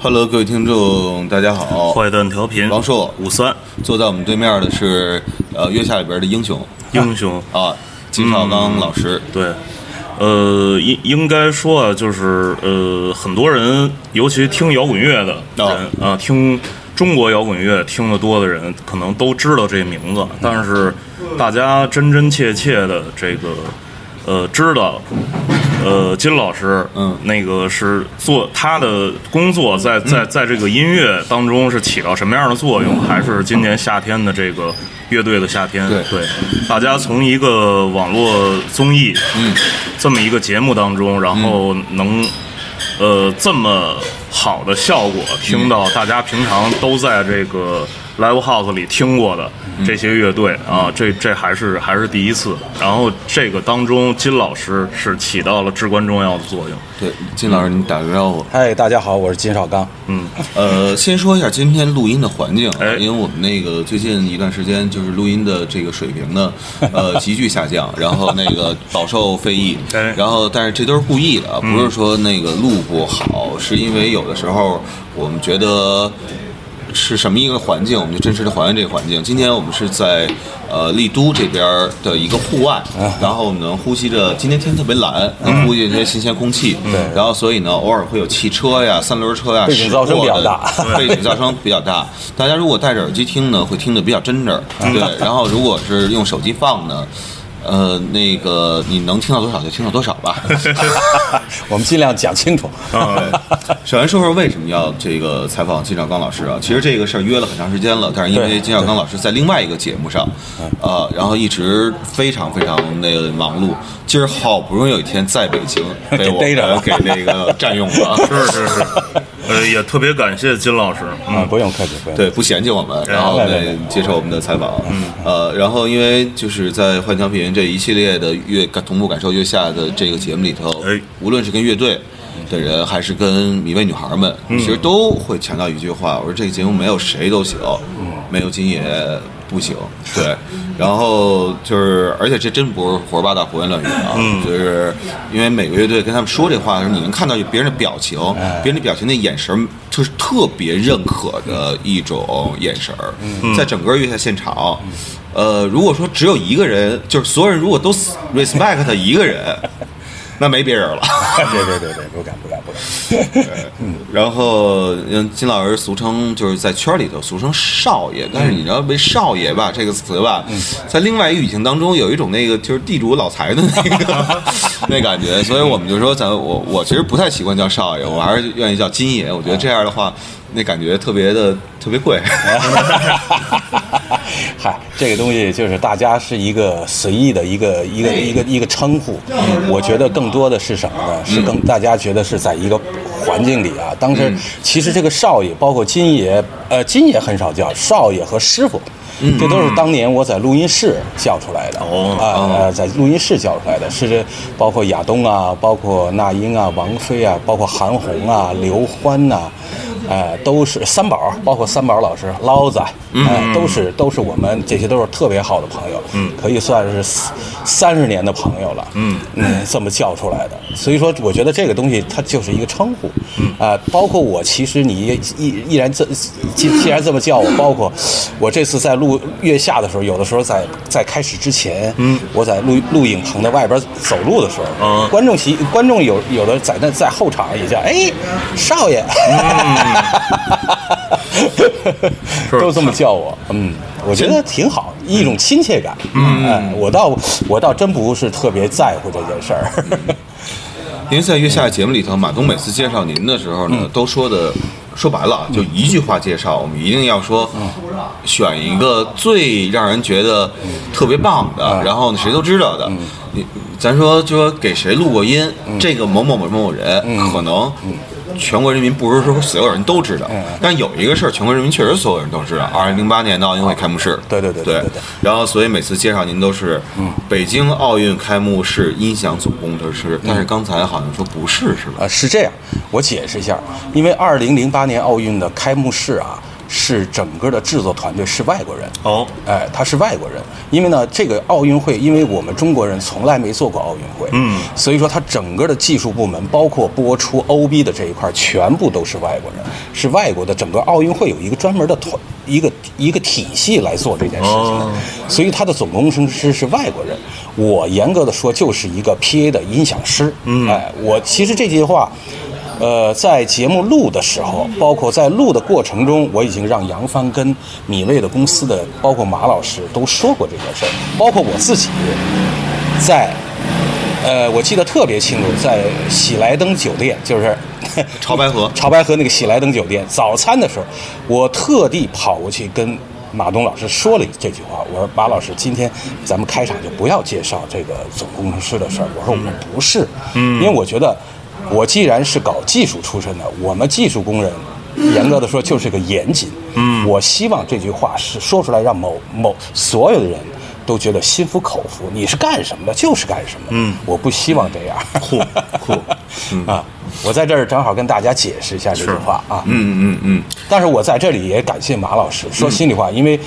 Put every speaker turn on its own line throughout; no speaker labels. Hello，各位听众，大家好。
坏蛋调频，
王硕
五三
坐在我们对面的是呃月下里边的英雄
英雄，
啊，金少刚老师。
对，呃，应应该说啊，就是呃，很多人，尤其听摇滚乐的人、啊，听中国摇滚乐听得多的人，可能都知道这名字，但是大家真真切切的这个呃知道。呃，金老师，
嗯
那个是做他的工作在在在这个音乐当中是起到什么样的作用？还是今年夏天的这个乐队的夏天？
对
对，大家从一个网络综艺，
嗯，
这么一个节目当中，然后能，呃，这么好的效果，听到大家平常都在这个 live house 里听过的这些乐队啊，这这还是还是第一次。然后这个当中，金老师是起到了至关重要的作用。
对，金老师，你打个招呼。
嗨，大家好，我是金少刚。
嗯，
呃，先说一下今天录音的环境啊，
哎
因为我们那个最近一段时间就是录音的这个水平 呢，呃，急剧下降，然后那个饱受非议
哎，
然后但是这都是故意的啊，不是说那个录不好，是因为有的时候我们觉得。是什么一个环境，我们就真实的还原这个环境。今天我们是在呃丽都这边的一个户外，
啊
然后我们能呼吸着，今天天特别蓝，能
嗯
呼吸这些新鲜空气。对，然后所以呢，偶尔会有汽车呀、三轮车呀
背景噪声比较大
驶过 的背景噪声比较大。大家如果戴着耳机听呢，会听得比较真真儿。
嗯
对，然后如果是用手机放呢，呃，那个你能听到多少就听到多少吧。
我们尽量讲清楚。
嗯
首先说说为什么要这个采访金兆刚老师啊？其实这个事儿约了很长时间了，但是因为
对嗯
金兆刚老师在另外一个节目上，啊、然后一直非常非常那个忙碌。今儿好不容易有一天在北京被我
给逮着了
给那个占用了啊，
是是是， 呃，也特别感谢金老师。嗯，
啊，不用客气，不用。
对，不嫌弃我们，然后
来
呢
来来嗯
接受我们的采访。呃，然后因为就是在《幻想品这一系列的月同步感受月下的这个节目里头
哎，
无论是跟乐队的人，还是跟迷妹女孩们，其实都会强调一句话：我说这个节目没有谁都行，没有金爷不行。对，然后就是，而且这真不是胡说八道、胡言乱语啊，就是因为每个乐队跟他们说这话的时候，你能看到别人的表情，别人的表情的眼神儿就是特别认可的一种眼神儿，在整个乐队现场。呃，如果说只有一个人，就是所有人如果都 respect 他一个人，那没别人了。
对对对对，不敢不敢不敢。
然后，嗯，金老师俗称就是在圈里头俗称少爷，但是你知道为少爷吧这个词吧，在另外一个语境当中有一种那个就是地主老财的那个那感觉，所以我们就说咱我我其实不太习惯叫少爷，我还是愿意叫金爷，我觉得这样的话那感觉特别的特别贵。
嗨，这个东西就是大家是一个随意的一个一个一个一个称呼，我觉得更多的是什么呢？
嗯
是更大家觉得是在一个环境里啊。当
嗯
时其实这个少爷，包括金爷，呃，金爷很少叫少爷和师傅。这都是当年我在录音室叫出来的
嗯哦
啊，呃在录音室叫出来的，是这包括亚东啊，包括那英啊、王菲啊，包括韩红啊、刘欢呐、呃，都是三宝，包括三宝老师、捞子，呃，都是都是我们这些都是特别好的朋友，嗯，可以算是三十年的朋友了，嗯这么叫出来的。所以说，我觉得这个东西它就是一个称呼，嗯，啊，包括我，其实你依依然这既既然这么叫我，包括我这次在录月下的时候，有的时候在在开始之前，嗯，我在录录影棚的外边走路的时候，
嗯
观众席观众有有的在那在后场也叫哎少爷，嗯
是
都这么叫我，嗯，我觉得挺好，一种亲切感，嗯，哎、我倒我倒真不是特别在乎这件事儿，
因为在月下节目里头，马东每次介绍您的时候
嗯
呢，都说的说白了啊就一句话介绍，我们一定要说
嗯
选一个最让人觉得特别棒
嗯
的，然后呢谁都知道的。你咱说就说给谁录过音，
嗯
这个某某某某某人可能。全国人民不是说所有人都知
嗯
道，但有一个事儿，全国人民确实所有人都知道。二零零八年的奥运会开幕式，
对对对
对
对对对
然后，所以每次介绍您都是，
嗯
北京奥运开幕式音响总工程
嗯
师，但是刚才好像说不
呃
是，是吧？
啊，是这样，我解释一下，因为二零零八年奥运的开幕式啊，是整个的制作团队是外国人。
哦，
哎，他是外国人，因为呢，这个奥运会，因为我们中国人从来没做过奥运会，
嗯，
所以说他整个的技术部门，包括播出 OB 的这一块，全部都是外国人，是外国的。整个奥运会有一个专门的团，一个一个体系来做这件事情的
哦，
所以他的总工程师是外国人。我严格的说，就是一个 PA 的音响师。嗯，哎，我其实这句话。呃，在节目录的时候，包括在录的过程中，我已经让杨帆跟米未的公司的，包括马老师都说过这件事儿，包括我自己，在，呃，我记得特别清楚，在喜来登酒店，就是
潮白河
潮白河那个喜来登酒店早餐的时候，我特地跑过去跟马东老师说了这句话。我说马老师，今天咱们开场就不要介绍这个总工程师的事儿。我说我不是，嗯，因为我觉得我既然是搞技术出身的，我们技术工人。严格的说，就是个严谨。嗯，我希望这句话是说出来，让某某所有的人都觉得心服口服。你是干什么的，就是干什么。嗯，我不希望这样。
酷酷，
啊，我在这儿正好跟大家解释一下这句话啊。
嗯嗯嗯，
但是我在这里也感谢马老师。说心里话，因为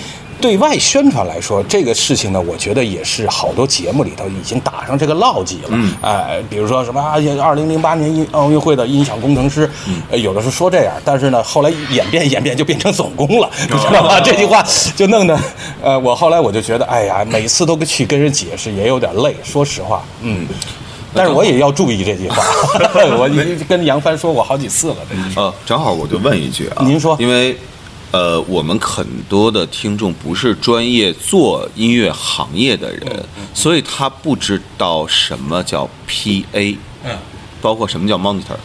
对外宣传来说，这个事情呢，我觉得也是好多节目里头已经打上这个烙记了。嗯，哎，比如说什么二零零八年音奥运会的音响工程师，
嗯
呃有的是说这样，但是呢，后来演变演变就变成总工
哦
了，你知道吧？这句话就弄得，呃，我后来我就觉得，哎呀，每次都去跟人解释也有点累，说实话，嗯。但是我也要注意这句 话，我已经跟杨帆说过好几次了。这句话
呃，正好我就问一句啊，
您说
因为呃，我们很多的听众不是专业做音乐行业的
嗯
人，所以他不知道什么叫 PA，嗯，包括什么叫 monitor，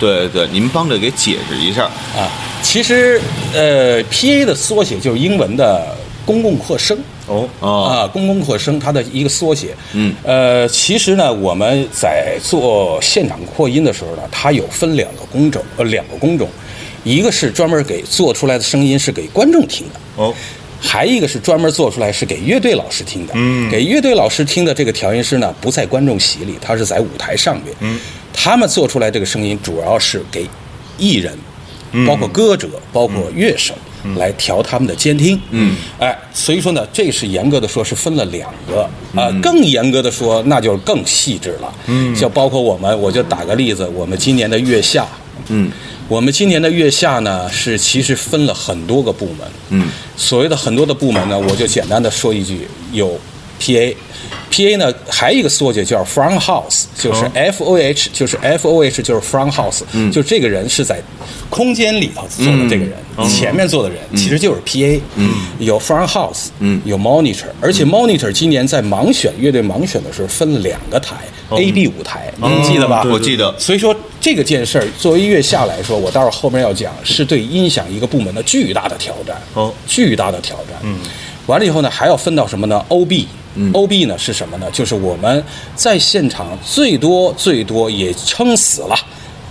对对对，您帮着给解释一下，
啊，其实呃，PA 的缩写就是英文的公共扩声。
哦
哦
啊，公共扩声它的一个缩写。
嗯，
呃，其实呢，我们在做现场扩音的时候呢，它有分两个工种，呃，两个工种，一个是专门给做出来的声音是给观众听的，
哦，
还一个是专门做出来是给乐队老师听的。嗯，给乐队老师听的这个调音师呢，不在观众席里，他是在舞台上面。嗯，他们做出来这个声音主要是给艺人，包括歌者，包括乐手。来调他们的监听，嗯，哎，所以说呢，这是严格的说，是分了两个啊、更严格的说，那就是更细致了，嗯，就包括我们，我就打个例子，我们今年的月下，
嗯
我们今年的月下呢，是其实分了很多个部门。
嗯，
所谓的很多的部门呢，我就简单的说一句，有 PA。PA 呢，还有一个缩写叫 front house，就是
哦
FOH，、就是 FOH，就是 front house，、就
嗯
这个人是在空间里头做的这个人，
嗯哦
前面做的人、其实就是 PA，嗯，有 front house，
嗯
有 monitor，而且 monitor 今年在盲选乐队盲选的时候分了两个台、a
哦
B 舞台，您记得吧？
我记得
所以说这个件事儿，作为月下来说，我待会儿后面要讲，是对音响一个部门的巨大的挑战，
哦
巨大的挑战。嗯，完了以后呢，还要分到什么呢？OB。OB 呢是什么呢？就是我们在现场最多最多也撑死了，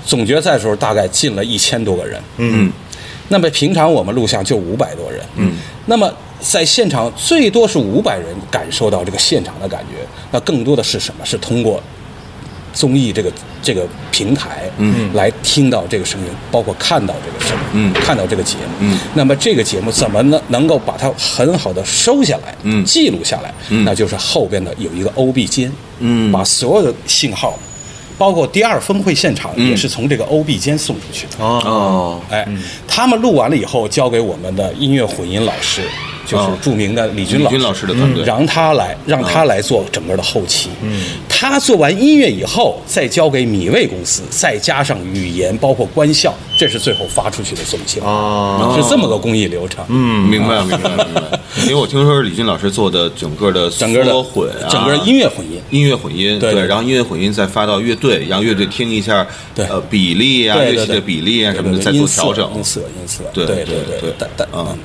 总决赛的时候大概进了一千多个人。
嗯
那么平常我们录像就五百多人，嗯，那么在现场最多是五百人感受到这个现场的感觉，那更多的是什么？是通过综艺这个这个平台，嗯，来听到这个声音，包括看到这个声音，
嗯
看到这个节目，嗯，那么这个节目怎么能能够把它很好的收下来，
嗯
记录下来，
嗯
那就是后边的有一个 OB 间，
嗯
把所有的信号，包括第二峰会现场
嗯
也是从这个 OB 间送出去的，
哦，
哦，
哎，他们录完了以后交给我们的音乐混音老师，就是
哦
著名的李军
李
老师，嗯
军老师的团队嗯
让他来让他来做整个的后期。嗯，他做完音乐以后，再交给米未公司，再加上语言包括官校，这是最后发出去的总结。
哦
是这么个工艺流程。嗯。
嗯，明白了，明白了，明白 了。因为我听说是李军老师做的整个的
整个的
缩混啊，
整个音乐混音，
音乐混音，
对对
然后音乐混音再发到乐队，让乐队听一下，
对
呃，比例啊，
对对
乐器的
对
比例啊
对
什么的，
对
再
音
做
色
调整。
音色音色，
对
对
对对
对，但但
嗯
嗯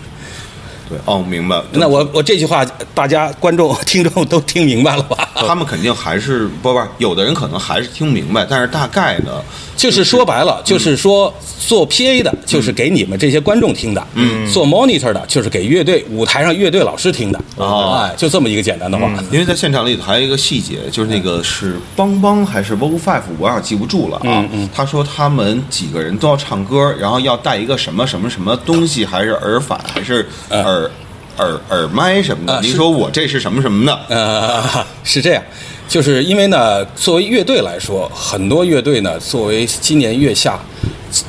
对，哦，明白。
那我我这句话，大家观众 听众都听明白了吧？
他们肯定还是不不，有的人可能还是听明白，但是大概的，
就是说白了，就是说做 PA 的，就是给你们这些观众听的；嗯，做 monitor 的，就是给乐队舞台上乐队老师听的。
哦嗯
哎，就这么一个简单的话。
因为在现场里头还有一个细节，就是那个是邦邦还是 Vocal Five，我有点记不住了
嗯
啊。他说他们几个人都要唱歌，然后要带一个什么什么什么东西，还是耳返，还是耳耳耳麦什么的。
呃啊是
您说我这是什么什么的？
呃， 是这样，就是因为呢，作为乐队来说，很多乐队呢，作为今年月下，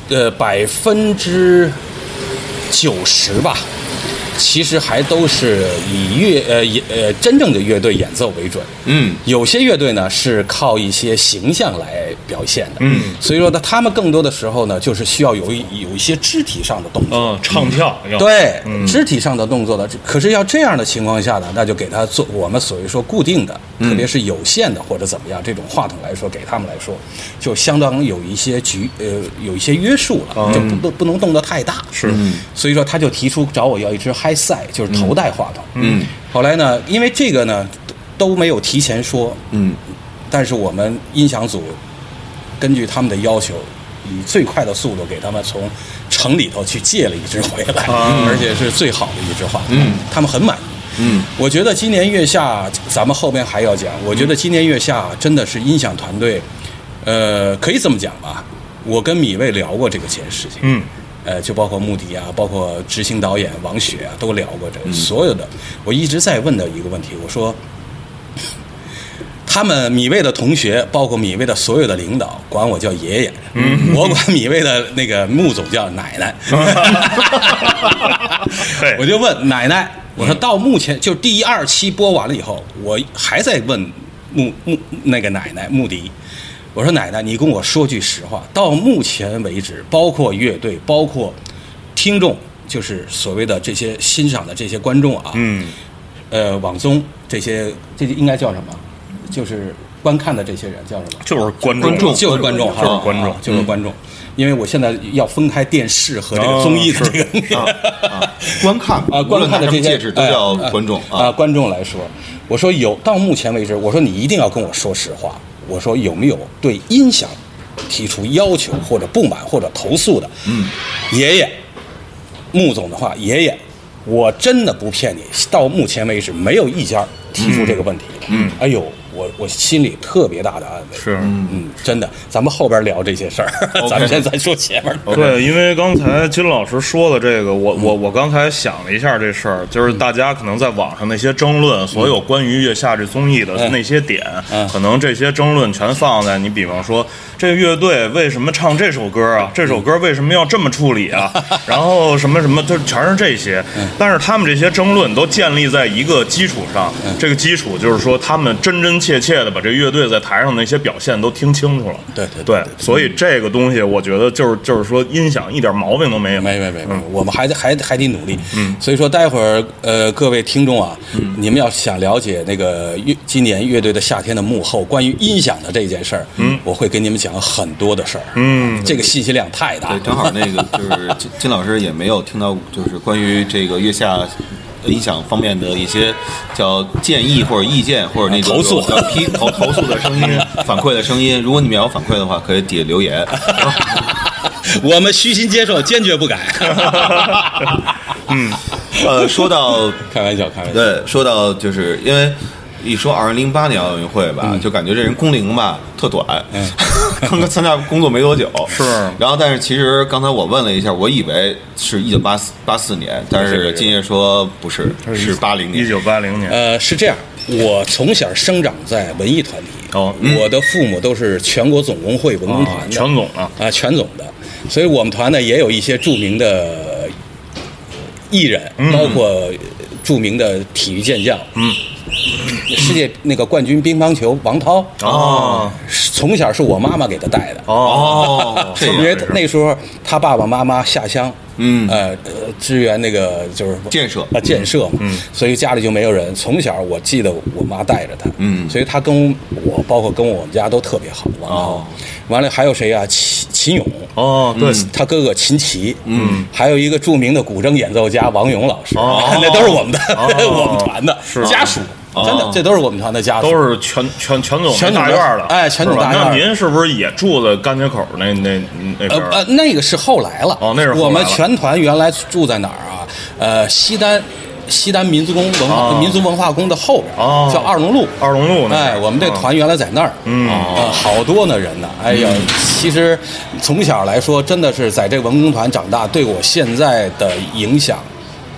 呃，百分之九十吧，其实还都是以乐呃也呃真正的乐队演奏为准。
嗯，
有些乐队呢是靠一些形象来表现的，嗯，所以说呢，他们更多的时候呢，就是需要有一有一些肢体上的动作，
嗯，唱跳要
对，肢体上的动作的。可是要这样的情况下呢，那就给他做我们所谓说固定的，
嗯
特别是有限的或者怎么样这种话筒来说，给他们来说，就相当有一些局呃有一些约束了，就不不不能动得太大。
嗯是
所以说他就提出找我要一只 Hi s i 就是头戴话筒。嗯，后来呢，因为这个呢都都没有提前说，
嗯，
但是我们音响组根据他们的要求，以最快的速度给他们从城里头去借了一只回来，而且是最好的一只话筒，他们很满意。
嗯，
我觉得今年月下，咱们后边还要讲。我觉得今年月下真的是音响团队，呃，可以这么讲吧。我跟米未聊过这个件事情，
嗯，
呃，就包括穆迪啊，包括执行导演王雪啊，都聊过这、所有的。我一直在问的一个问题，我说， 他们米未的同学，包括米未的所有的领导，管我叫爷爷，我管米未的那个穆总叫奶奶。
对
我就问奶奶，
嗯
我说到目前就第二期播完了以后，我还在问穆穆那个奶奶穆迪，我说奶奶，你跟我说句实话，到目前为止，包括乐队，包括听众，就是所谓的这些欣赏的这些观众啊，
嗯，
呃，网综这些，这些应该叫什么？就是观看的这些人叫什么？
就是观众
观众
就是观众，
就是观众嗯
啊就是观众。因为我现在要分开电视和这个综艺的
哦是
这个
啊啊，观看
啊，
无
观
论
看的
拿什
这
么
些
介质都叫观众
啊、
啊。
观众来说，我说有，到目前为止，我说你一定要跟我说实话，我说有没有对音响提出要求或者不满或者投诉的？嗯，爷爷，穆总的话，爷爷，我真的不骗你，到目前为止没有一家提出这个问题的。嗯，哎呦，我我心里特别大的安慰。
是。
嗯，真的，咱们后边聊这些事儿， 咱们现在说前面。
对，因为刚才金老师说的这个，我我
嗯
我刚才想了一下这事儿，就是大家可能在网上那些争论，所
嗯
有关于月下这综艺的那些点，可能这些争论全放在你比方说这乐队为什么唱这首歌啊，这首歌为什么要这么处理 啊，然后什么什么，就全是这些。
嗯
但是他们这些争论都建立在一个基础上，
嗯
这个基础就是说他们真真切切的把这乐队在台上那些表现都听清楚了。
对对
对所以这个东西，我觉得就是就是说，音响一点毛病都没有。
没没没没，我们还得还得还得努力。嗯，所以说待会儿呃，各位听众啊，你们要想了解那个乐今年乐队的夏天的幕后，关于音响的这件事儿，嗯，我会跟你们讲很多的事儿。嗯，这个信息量太
对，
大 了。
正好那个就是金金老师也没有听到，就是关于这个月下呃音响方面的一些叫建议或者意见或者那种
投诉
叫 批投投诉的声音、反馈的声音。如果你们要有反馈的话，可以底下留言。
我们虚心接受，坚决不改。
呃，说到
开玩笑，开玩笑。
对，说到就是因为一说二零零八年奥运会吧，就感觉这人工龄吧特短，刚刚参加工作没多久。
是
然后但哎 是其实刚才我问了一下，我以为是一九八四八四年，但是金爷说不是，是八零年
一。九八零年，
呃，是这样，我从小生长在文艺团体，
哦
我的父母都是全国总工会文工团的、
哦全总啊
啊，嗯全总的，所以我们团呢也有一些著名的艺人，
嗯
包括著名的体育健将，嗯，世界那个冠军乒乓球王涛，
哦
是，从小是我妈妈给他带的，
哦，这
因为
样
他那时候他爸爸妈妈下乡，
嗯
呃，呃支援那个就是
建设
啊建设嘛，嗯，所以家里就没有人。从小我记得我妈带着他，
嗯
所以他跟我包括跟我们家都特别好。完了，
哦
完了还有谁啊？齐齐秦勇，
哦，对，
他哥哥秦琪，嗯，还有一个著名的古筝演奏家王勇老师，啊
哦
那都是我们的，
哦
我们团的
是啊
家属，
哦
真的，这都是我们团的家属，
都是全全全总
全总
大
的
院儿的，
哎全总
是吧
大院儿
那您是不是也住在甘家口那那那
呃
边儿？
呃，那个是后来了。
啊哦那是后来了
我们全团原来住在哪儿啊？呃，西单，西单民族宫文化、
哦
民族文化宫的后边，
哦
叫二龙路。
二龙路那边儿
哎，我们这
嗯
团原来在那儿。
嗯
呃好多呢人呢。哎呀，其实从小来说，真的是在这文工团长大，对我现在的影响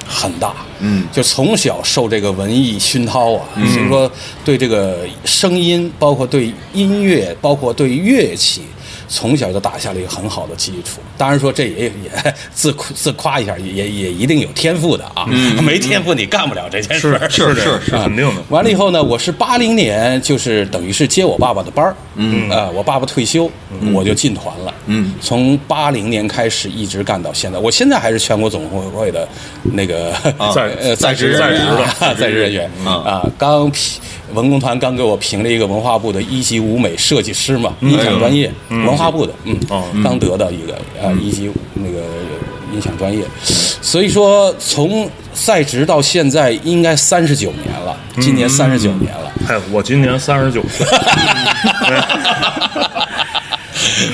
很大。
嗯
就从小受这个文艺熏陶啊，所以说对这个声音，包括对音乐，包括对乐器，从小就打下了一个很好的基础。当然说这也也 自夸自夸一下，也也也一定有天赋的啊，没天赋你干不了这件事儿。
哎是
是
是肯定的，
完了以后呢，我是八零年，就是等于是接我爸爸的班儿，嗯，呃，我爸爸退休，我就进团了，
嗯
从八零年开始一直干到现在，我现在还是全国总会会的那个
啊
在
呃
在职
职
在职
人
的
员啊在职人员
嗯
啊，刚评文工团刚给我评了一个文化部的一级舞美设计师嘛，音响专业，文化部的，哎嗯
哦，
刚得到一个呃一级那个音响专业，所以说从在职到现在应该三十九年了，今年三十九年了。
哎，我今年三十九 岁，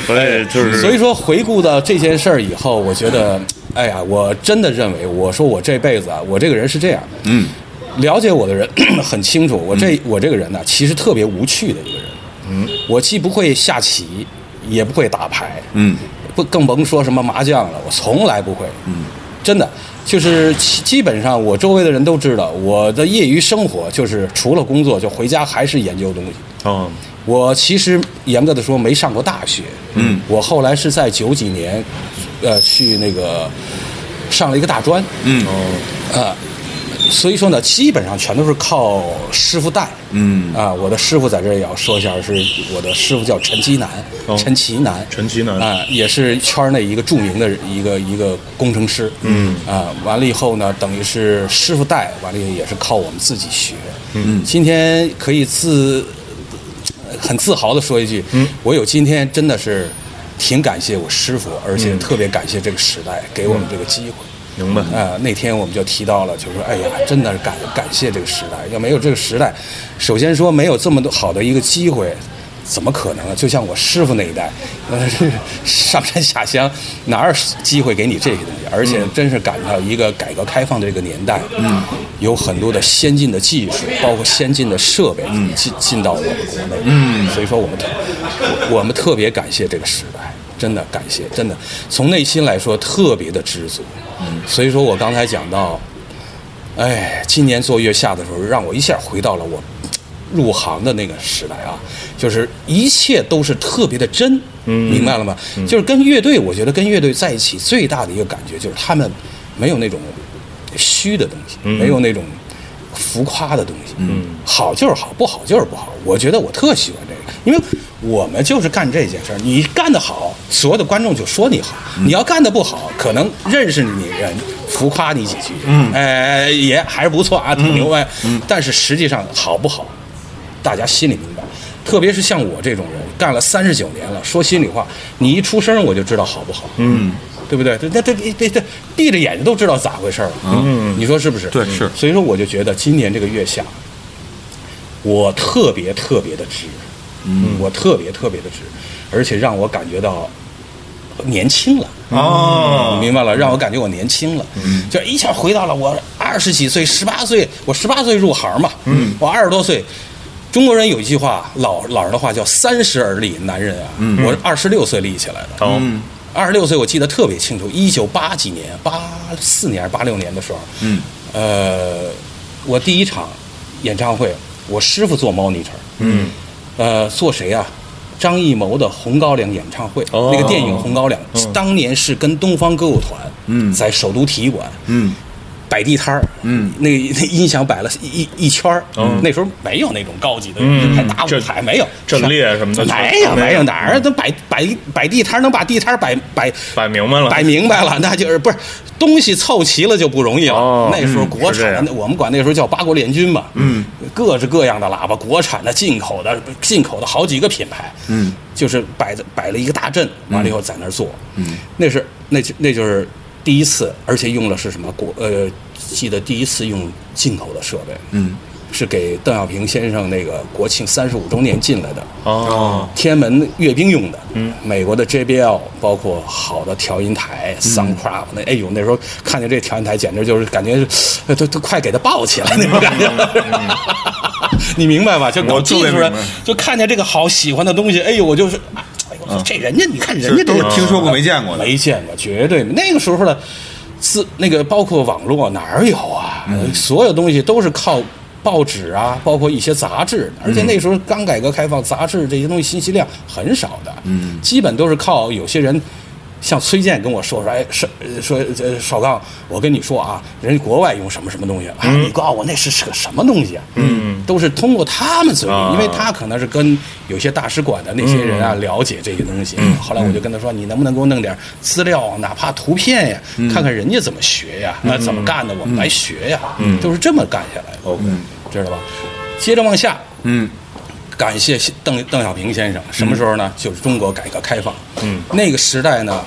所以就是，
哎所以说，回顾到这件事儿以后，我觉得，哎呀，我真的认为，我说我这辈子啊，我这个人是这样的，嗯，了解我的人 很清楚，我这、我这个人呢、其实特别无趣的一个人，嗯，我既不会下棋，也不会打牌，
嗯，
不更甭说什么麻将了，我从来不会，嗯，真的就是基基本上我周围的人都知道，我的业余生活就是除了工作就回家还是研究东西，
啊，
我其实严格的说没上过大学，嗯，我后来是在九几年，呃，去那个上了一个大专，
嗯
啊、所以说呢，基本上全都是靠师傅带，
嗯
啊、我的师傅在这儿也要说一下，是我的师傅叫陈其南，
哦
陈其南，
陈其南
啊、也是圈内一个著名的一个一个工程师，嗯，啊、完了以后呢，等于是师傅带，完了以后也是靠我们自己学，嗯，今天可以自很自豪的说一句，嗯，我有今天真的是挺感谢我师傅，而且特别感谢这个时代给我们这个机会。
明白，
呃，那天我们就提到了，就说哎呀，真的是感感谢这个时代，要没有这个时代，首先说没有这么多好的一个机会。怎么可能啊？就像我师傅那一代，呃， 上山下乡，哪有机会给你这些东西？而且真是赶上一个改革开放的这个年代，嗯，有很多的先进的技术，包括先进的设备进进到我们国内，嗯，所以说我们特我我们特别感谢这个时代。真的感谢，真的从内心来说特别的知足。所以说我刚才讲到，哎，今年做月下的时候，让我一下回到了我入行的那个时代啊，就是一切都是特别的真，明白了吗？就是跟乐队，我觉得跟乐队在一起最大的一个感觉就是他们没有那种虚的东西，没有那种浮夸的东西，嗯，好就是好，不好就是不好。我觉得我特喜欢这个，因为我们就是干这件事儿，你干得好，所有的观众就说你好；你要干得不好，可能认识你的人浮夸你几句，嗯，呃，也还是不错啊，挺牛掰。但是实际上好不好，大家心里明白。特别是像我这种人，干了三十九年了，说心里话，你一出声我就知道好不好，嗯，对不对？这这这这这闭着眼睛都知道咋回事儿了，嗯，你说是不是？
对是
所以说我就觉得今年这个月下，我特别特别的值，嗯，我特别特别的值，而且让我感觉到年轻了。
哦
你明白了，让我感觉我年轻了，就一下回到了我二十几岁、十八岁，我十八岁入行嘛，我二十多岁。中国人有一句话，老老人的话叫“三十而立”，男人啊，我是二十六岁立起来的。
哦，
二十六岁我记得特别清楚，一九八几年，八四年、八六年的时候，
嗯，
呃，我第一场演唱会，我师傅做 monitor，
嗯，
呃，做谁啊？张艺谋的《红高粱》演唱会，
哦嗯
那个电影《红高粱》，当年是跟东方歌舞团，
嗯
在首都体育馆，
嗯
摆地摊儿，嗯，那那音响摆了一一圈儿，
嗯
那时候没有那种高级的，还大舞台没有，
阵列什么的
没有没有哪儿能摆摆摆地摊儿能把地摊儿摆摆
摆明白了，
摆明白了，那就是不是东西凑齐了就不容易了。
哦
那时候
嗯
国
是这
产
样
的，我们管那时候叫八国联军嘛，嗯，各式各样的喇叭，国产的、进口的、进口的好几个品牌，嗯，就是摆着摆了一个大阵，完了以后在那儿做，嗯，那是那就那就是第一次，而且用的是什么国呃，记得第一次用进口的设备，嗯。是给邓小平先生那个国庆三十五周年进来的，
哦，
天安门阅兵用的，嗯，美国的 JBL，包括好的调音台
嗯
Soundcraft，、那哎呦，那时候看见这调音台，简直就是感觉是，呃都都快给它抱起来那种感觉。 你明白吧？就搞
嗯我特
技
别
术人
明白，
就看见这个好喜欢的东西，哎呦，我就是，哎呦，这人家你看人家
嗯
啊
是
这
都
个
是听说过没见过的。
没见过，绝对没那个时候的自那个包括网络哪儿有啊？所有东西都是靠报纸啊，包括一些杂志，而且那时候刚改革开放，杂志这些东西信息量很少的，嗯，基本都是靠有些人。像崔健跟我说说，哎，是说呃少刚，我跟你说啊，人家国外用什么什么东西，啊，你告诉我那是是个什么东西啊？嗯，啊都是通过他们嘴里，因为他可能是跟有些大使馆的那些人啊了解这些东西。后来我就跟他说，你能不能给我弄点资料，哪怕图片呀，看看人家怎么学呀，那怎么干的，我们来学呀，就是这么干下来的。OK，知道吧？接着往下，嗯。感谢邓邓小平先生，什么时候呢？就是中国改革开放。嗯，那个时代呢，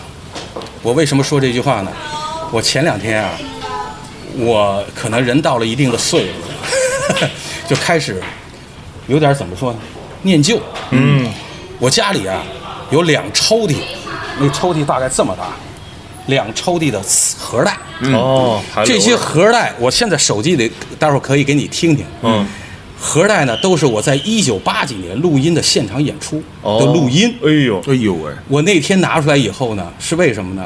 我为什么说这句话呢？我前两天啊，我可能人到了一定的岁数， 就开始有点怎么说呢，念旧。嗯，我家里啊有两抽屉，那抽屉大概这么大，两抽屉的盒带。
哦，还留着
嗯这些盒带，我现在手机里，待会儿可以给你听听。
嗯，
盒带呢，都是我在一九八几年录音的现场演出
哦
的录音。
哎呦，
哎呦喂，
我那天拿出来以后呢，是为什么呢？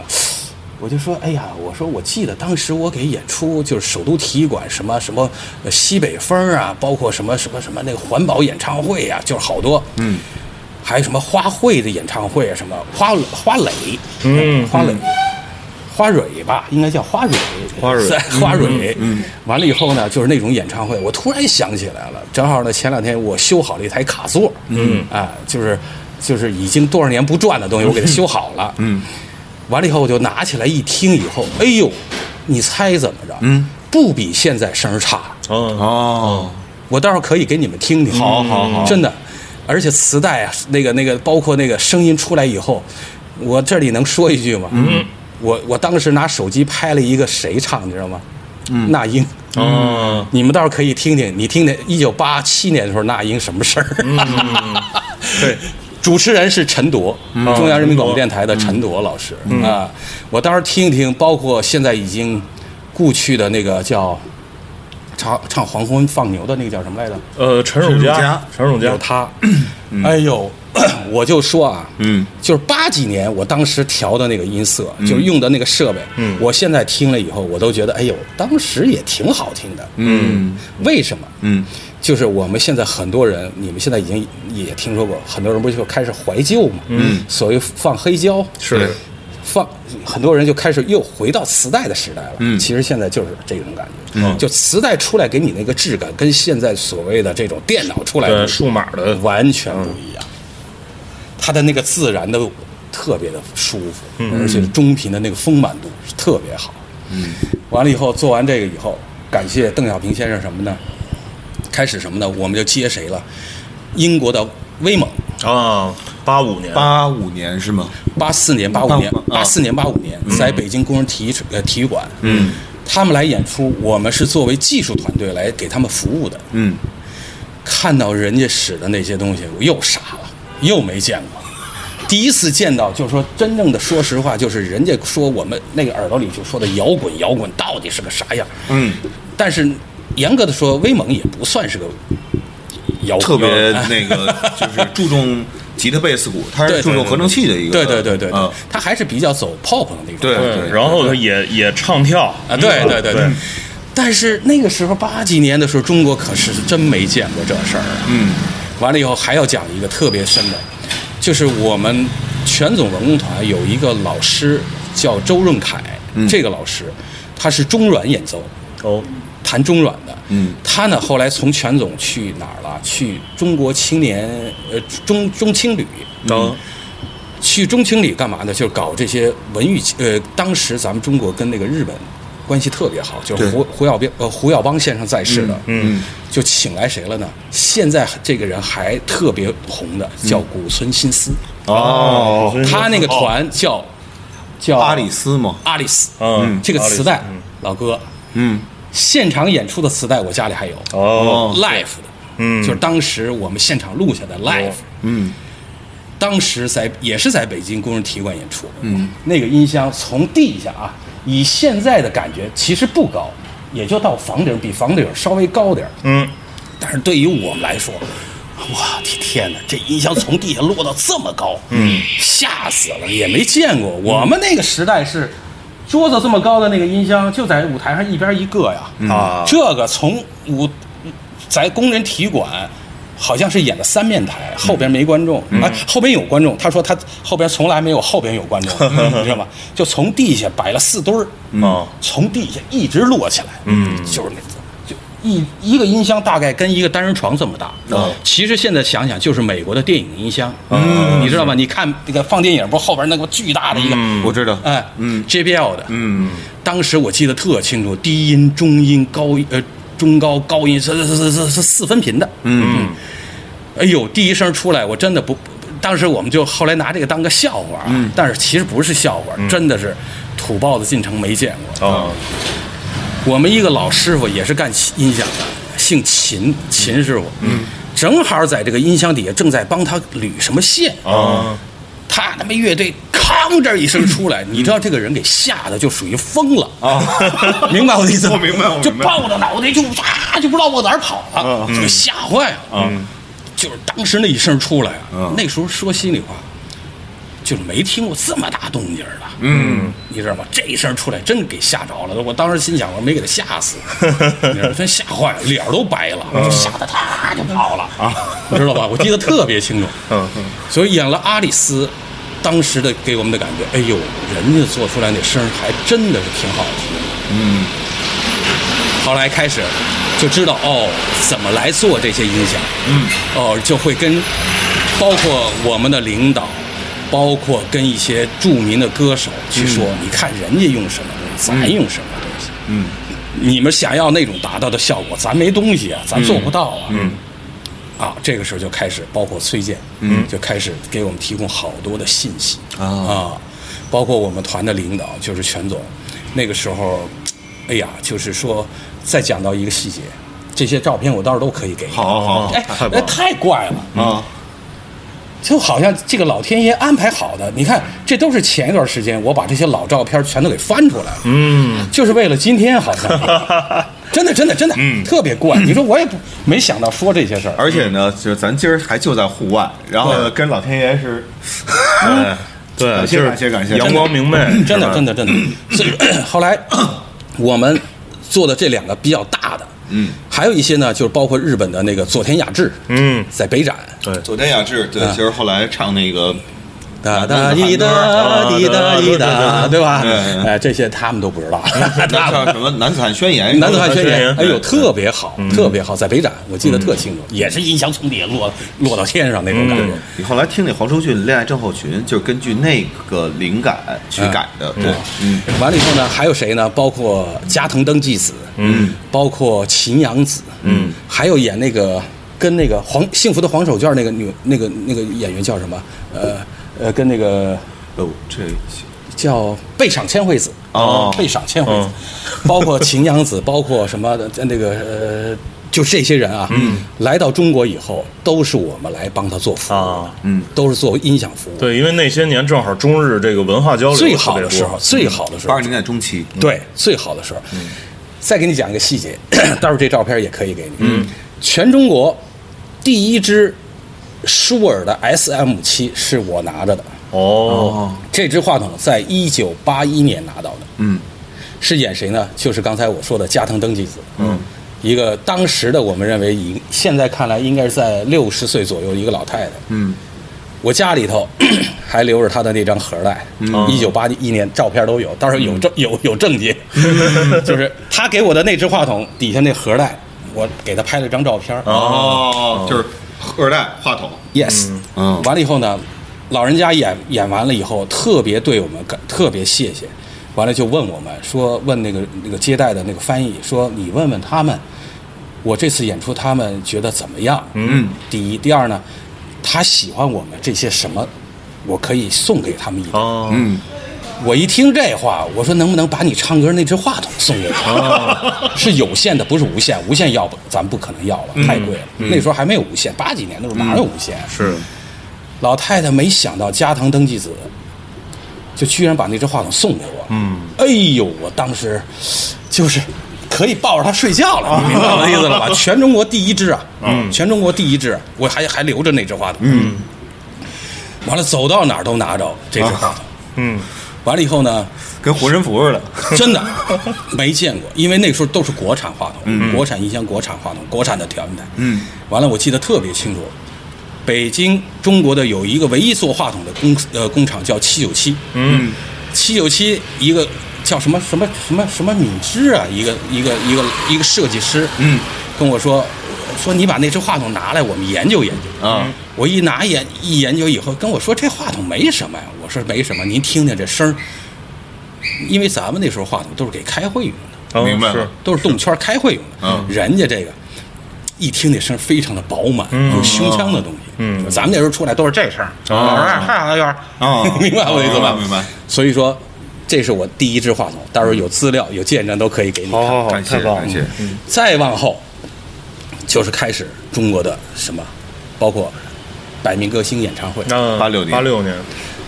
我就说，哎呀，我说我记得当时我给演出就是首都体育馆什么什么呃西北风啊，包括什么什么什么那个环保演唱会呀、就是好多，嗯，还有什么花卉的演唱会啊，什么花花蕾，嗯，花蕾。花蕊吧，应该叫花蕊，
花蕊
在 花蕊。嗯，完了以后呢，就是那种演唱会，我突然想起来了，正好呢，前两天我修好了一台卡座，嗯，啊，就是就是已经多少年不转的东西，我给它修好了，嗯，完了以后我就拿起来一听，以后，哎呦，你猜怎么着？嗯，不比现在声儿差，
哦，
哦，
我待会儿可以给你们听听。
好好好
真的，而且磁带啊，那个那个，包括那个声音出来以后，我这里能说一句吗？嗯，我我当时拿手机拍了一个谁唱，你知道吗？嗯，那英。
哦，
你们倒是可以听听，你听听一九八七年的时候那英什么事儿？
对，
主持人是陈铎，中央人民广播电台的陈铎老师啊。我当时听一听，包括现在已经故去的那个叫唱唱《黄昏放牛》的那个叫什么来着？
呃，陈汝
佳
佳，陈汝
有
佳，
他， 哎呦，我就说啊，嗯，就是八几年我当时调的那个音色，就是用的那个设备，嗯，我现在听了以后，我都觉得，哎呦，当时也挺好听的，嗯，为什么？嗯，就是我们现在很多人，你们现在已经也听说过，很多人不就开始怀旧嘛，嗯，所谓放黑胶，
是
放很多人就开始又回到磁带的时代了。嗯，其实现在就是这种感觉。嗯，就磁带出来给你那个质感，跟现在所谓的这种电脑出来的
对数码的
呃完全不一样。它的那个自然的特别的舒服，而且中频的那个丰满度是特别好。嗯，完了以后做完这个以后，感谢邓小平先生什么呢？开始什么呢？我们就接谁了？英国的威猛，
啊，八五年，
八五年是吗？
八四年、八五啊年、
85
八四年、八五年，在北京工人体育呃体育馆，嗯，他们来演出，我们是作为技术团队来给他们服务的，
嗯，
看到人家使的那些东西，我又傻了，又没见过。第一次见到，就是说真正的，说实话，就是人家说我们那个耳朵里就说的摇滚，摇滚到底是个啥样？嗯，但是严格的说，威猛也不算是个摇滚，
特别那 个就是注重吉他、贝斯鼓，它是
对
注重合成器的一个，
对对对对对
嗯，
他还是比较走 pop 的那种，
对
对，然后他也也唱跳
啊，对对对对
对。
但是那个时候八几年的时候，中国可是真没见过这事儿啊。嗯。完了以后还要讲一个特别深的，就是我们全总文工团有一个老师叫周润凯，这个老师他是中阮演奏，
哦，
弹中阮的。
嗯，
他呢后来从全总去哪儿了？去中国青年呃中中青旅。
嗯
当
去中青旅干嘛呢？就是搞这些文艺呃，当时咱们中国跟那个日本关系特别好，就是
对
胡胡耀邦呃胡耀邦先生在世的，
嗯，
就请来谁了呢？现在这个人还特别红的，叫古村新司，
哦，
嗯
他那个团叫叫
阿里斯嘛，
阿里斯，
嗯
这个磁带，
嗯
老哥
嗯，
现场演出的磁带我家里还有、
哦，
l i v e 的，
嗯
就是当时我们现场录下的 live，、
嗯，
当时在也是在北京工人体育馆演出，嗯，那个音箱从地下啊，以现在的感觉其实不高，也就到房顶，比房顶稍微高点儿
嗯，
但是对于我们来说，哇，天哪，这音箱从地下落到这么高，嗯，吓死了，也没见过。我们那个时代是桌子这么高的那个音箱，就在舞台上一边一个呀。
啊
这个从舞在工人体育馆。好像是演了三面台，后边没观众，哎，后边有观众。他说他后边从来没有后边有观众，你知道吗？就从地下摆了四堆儿，
嗯
哦，
从地下一直摞起来，嗯，就是那，就一一个音箱大概跟一个单人床这么大。
哦
其实现在想想，就是美国的电影音箱，嗯，你知道吗？你看那个放电影，不是后边那个巨大的一个，
我知道，
哎，
嗯
，JBL 的，
嗯，
当时我记得特清楚，低音、中音、高音，呃，中高、高音是是是是是四分频的，嗯，哎呦，第一声出来，我真的不，当时我们就后来拿这个当个笑话啊，但是其实不是笑话，真的是土包子进城没见过，
哦，
我们一个老师傅也是干音响的，姓秦，秦师傅。嗯，正好在这个音箱底下正在帮他捋什么线。
啊，
他他妈乐队吭这一声出
嗯
来，你知道这个人给吓得就属于疯了啊！明白我的意思吗？
我明白我明白啊
就抱着脑袋就啊，就不知道往哪儿跑了，就吓坏了。
嗯，
就是当时那一声出来啊
嗯，
那时候说心里话，就是没听过这么大动静儿的。嗯，你知道吗？这一声出来，真给吓着了。我当时心想，我没给他吓 死，你知道吗真吓坏了，脸儿都白了，
嗯
我就吓得他就跑了啊，你知道吧？我记得特别清楚。
嗯嗯，
所以演了阿里斯，当时的给我们的感觉，哎呦，人家做出来那声儿还真的是挺好听的。嗯。后来开始就知道哦，怎么来做这些音响。嗯。哦，就会跟包括我们的领导，包括跟一些著名的歌手去说，你看人家用什么东西，咱用什么东西。嗯。你们想要那种达到的效果，咱没东西啊，咱做不到啊。嗯啊，这个时候就开始，包括崔健，嗯，就开始给我们提供好多的信息
啊
包括我们团的领导就是全总，那个时候，哎呀，就是说再讲到一个细节，这些照片我到时候都可以给你。
好好好
哎
太棒，了
哎太怪了，
啊，
就好像这个老天爷安排好的。你看，这都是前一段时间我把这些老照片全都给翻出来了，嗯，就是为了今天，好像 真的真的真的，
嗯
特别怪。你说我也不没想到说这些事儿，
而且呢，就是咱今儿还就在户外，然后跟老天爷 是，哎
对，
感谢
就是
感谢感谢
阳光明媚，
真的，真
的，
的，真的。所以 后来我们做的这两个比较大的，嗯，还有一些呢，就是包括日本的那个佐田雅治，
嗯
在北展。
对，
佐田雅治，对，
哎
就是后来唱那个，
哒哒滴哒滴哒滴哒，对吧
对对？对
哎，这些他们都不知道。
那叫什么《男子汉宣言》？
南子汉宣
宣
言
言，
哎呦，特别好，特别好，在北展我记得特清楚，也是音响从底下落落到天上那种感觉。
你后来听那黄舒骏《恋爱症候群》，就是根据那个灵感去
哎
改的，对，嗯，
完了以后呢，还有谁呢？包括加藤登纪子，嗯，包括秦阳子，嗯，还有演那个跟那个黄《幸福的黄手绢》那个女那个那个演员叫什么？呃呃，跟那个
哦，这
叫贝赏千惠子
哦
贝赏千惠子， 包括秦阳子，包括什么的那个呃，就这些人啊，嗯，来到中国以后，都是我们来帮他做服务的
啊，
嗯，
都是做音响服务，，
对，因为那些年正好中日这个文化交流
最好的
特别
时
多
候，最好的时候
八，十年代中期，
对，最好的时候。再给你讲一个细节， 待会儿这照片也可以给你。嗯，全中国第一支舒尔的 SM 七是我拿着的，
哦，
这支话筒在一九八一年拿到的。
嗯，
是演谁呢？就是刚才我说的加藤登纪子。嗯。一个当时的我们认为以现在看来应该是在六十岁左右的一个老太太，
嗯，
我家里头 还留着他的那张盒带，嗯一九八一年照片都有，到时候有
嗯
证有有证 据，就是他给我的那只话筒底下那盒带，我给他拍了张照片。
哦，就是二代话筒，
Yes，
嗯
完了以后呢，老人家演演完了以后，特别对我们感特别谢谢，完了就问我们说，问那个那个接待的那个翻译说，你问问他们，我这次演出他们觉得怎么样？
嗯，
第一，第二呢，他喜欢我们这些什么，我可以送给他们一个。
哦，
嗯，
我一听这话，我说能不能把你唱歌那只话筒送给他？ 是有线的，不是无线。无线要不咱不可能要了，太贵了。那时候还没有无线，八几年的时候哪有无线？
是，
老太太没想到加藤登纪子，就居然把那只话筒送给我。嗯，哎呦，我当时就是可以抱着它睡觉 了，你明白我的意思了吧？全中国第一只啊，嗯，全中国第一只，我还还留着那只话筒。嗯，完了走到哪儿都拿着这只话筒。
嗯，
完了以后呢，
跟护身符似的，
真的没见过，因为那时候都是国产话筒，国产音箱、国产话筒、国产的调音台。
嗯，
完了，我记得特别清楚，北京中国的有一个唯一做话筒的工呃工厂叫七九七。嗯，七九七一个叫什么什么什么什么敏之啊，一个一个一个一个设计师。嗯，跟我说说你把那只话筒拿来，我们研究研究。
啊，
我一拿研一研究以后，跟我说这话筒没什么呀。我说没什么，您听听这声儿，因为咱们那时候话筒都是给开会用的，
哦
明白了
是
都是动圈开会用的。
嗯
人家这个一听那声儿非常的饱满，有胸腔的东西。嗯，咱们那时候出来都是这声儿，老师嗨老师，
哦
明白我的意思吧？
明白明白。
所以说，这是我第一支话筒，到时候有资料有见证都可以给你看。
好好好，
感谢
太棒了，
感谢，
再往后，就是开始中国的什么，包括百名歌星演唱会，
那
86年
嗯八六年，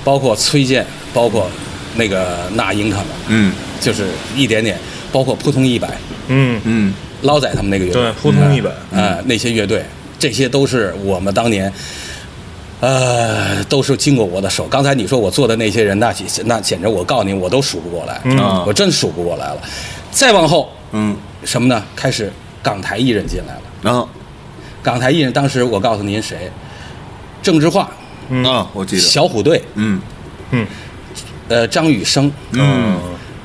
包括崔健，包括那个那英他们，
嗯
就是一点点，包括扑通一百、
嗯，
嗯
捞仔他们那个乐队
对，，扑通一百，
呃，那些乐队，这些都是我们当年，呃，都是经过我的手。刚才你说我做的那些人，那简那简直，我告诉你，我都数不过来，
嗯
我真数不过来了。再往后，
嗯，
什么呢？开始港台艺人进来了。
然后
港台艺人当时我告诉您谁，郑智化、
啊，我记得，
小虎队，
嗯
呃，张雨生，
嗯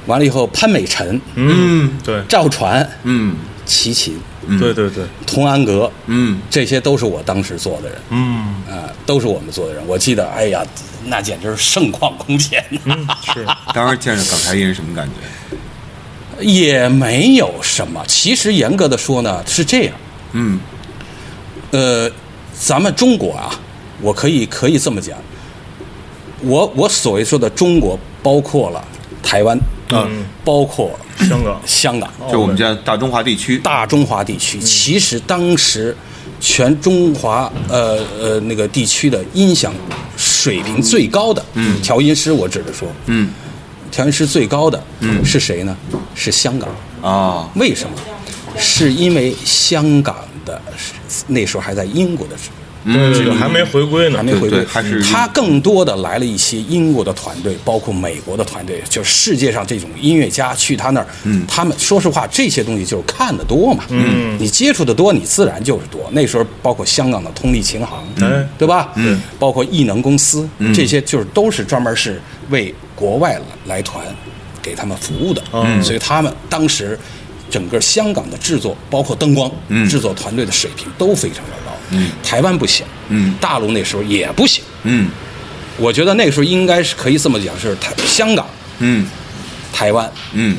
完了以后潘美辰、
嗯
对，
赵传、
嗯
齐秦、
对对对，
童安格，
嗯，
这些都是我当时做的人。
嗯，
啊，都是我们做的人。我记得，哎呀，那简直是盛况空前呐、
是，
当时见着港台艺人什么感觉？
也没有什么。其实严格的说呢，是这样，
嗯
呃，咱们中国啊，我可以可以这么讲，我我所谓说的中国，包括了台湾，
嗯，
包括
香港，
香港，
就我们家大中华地区，
大中华地
嗯
区，其实当时全中华呃呃那个地区的音响水平最高的，嗯，调音师我指着说，
嗯
调音师最高的，嗯，是谁呢？是香港。
啊，
为什么？是因为香港的那时候还在英国的时候，
对对对，还没回归呢
还，没回
对
归
对，还是
他更多的来了一些英国的团队，包括美国的团队，就是世界上这种音乐家去他那儿，他们说实话，这些东西就是看得多嘛，嗯，你接触的多，你自然就是多。那时候包括香港的通力琴行，
哎
对吧？嗯，包括艺能公司，这些就是都是专门是为国外来团给他们服务的，嗯，所以他们当时。整个香港的制作，包括灯光、制作团队的水平都非常的高。嗯，台湾不行，
嗯
大陆那时候也不行，
嗯
我觉得那个时候应该是可以这么讲，是台香港、
嗯
台湾、
嗯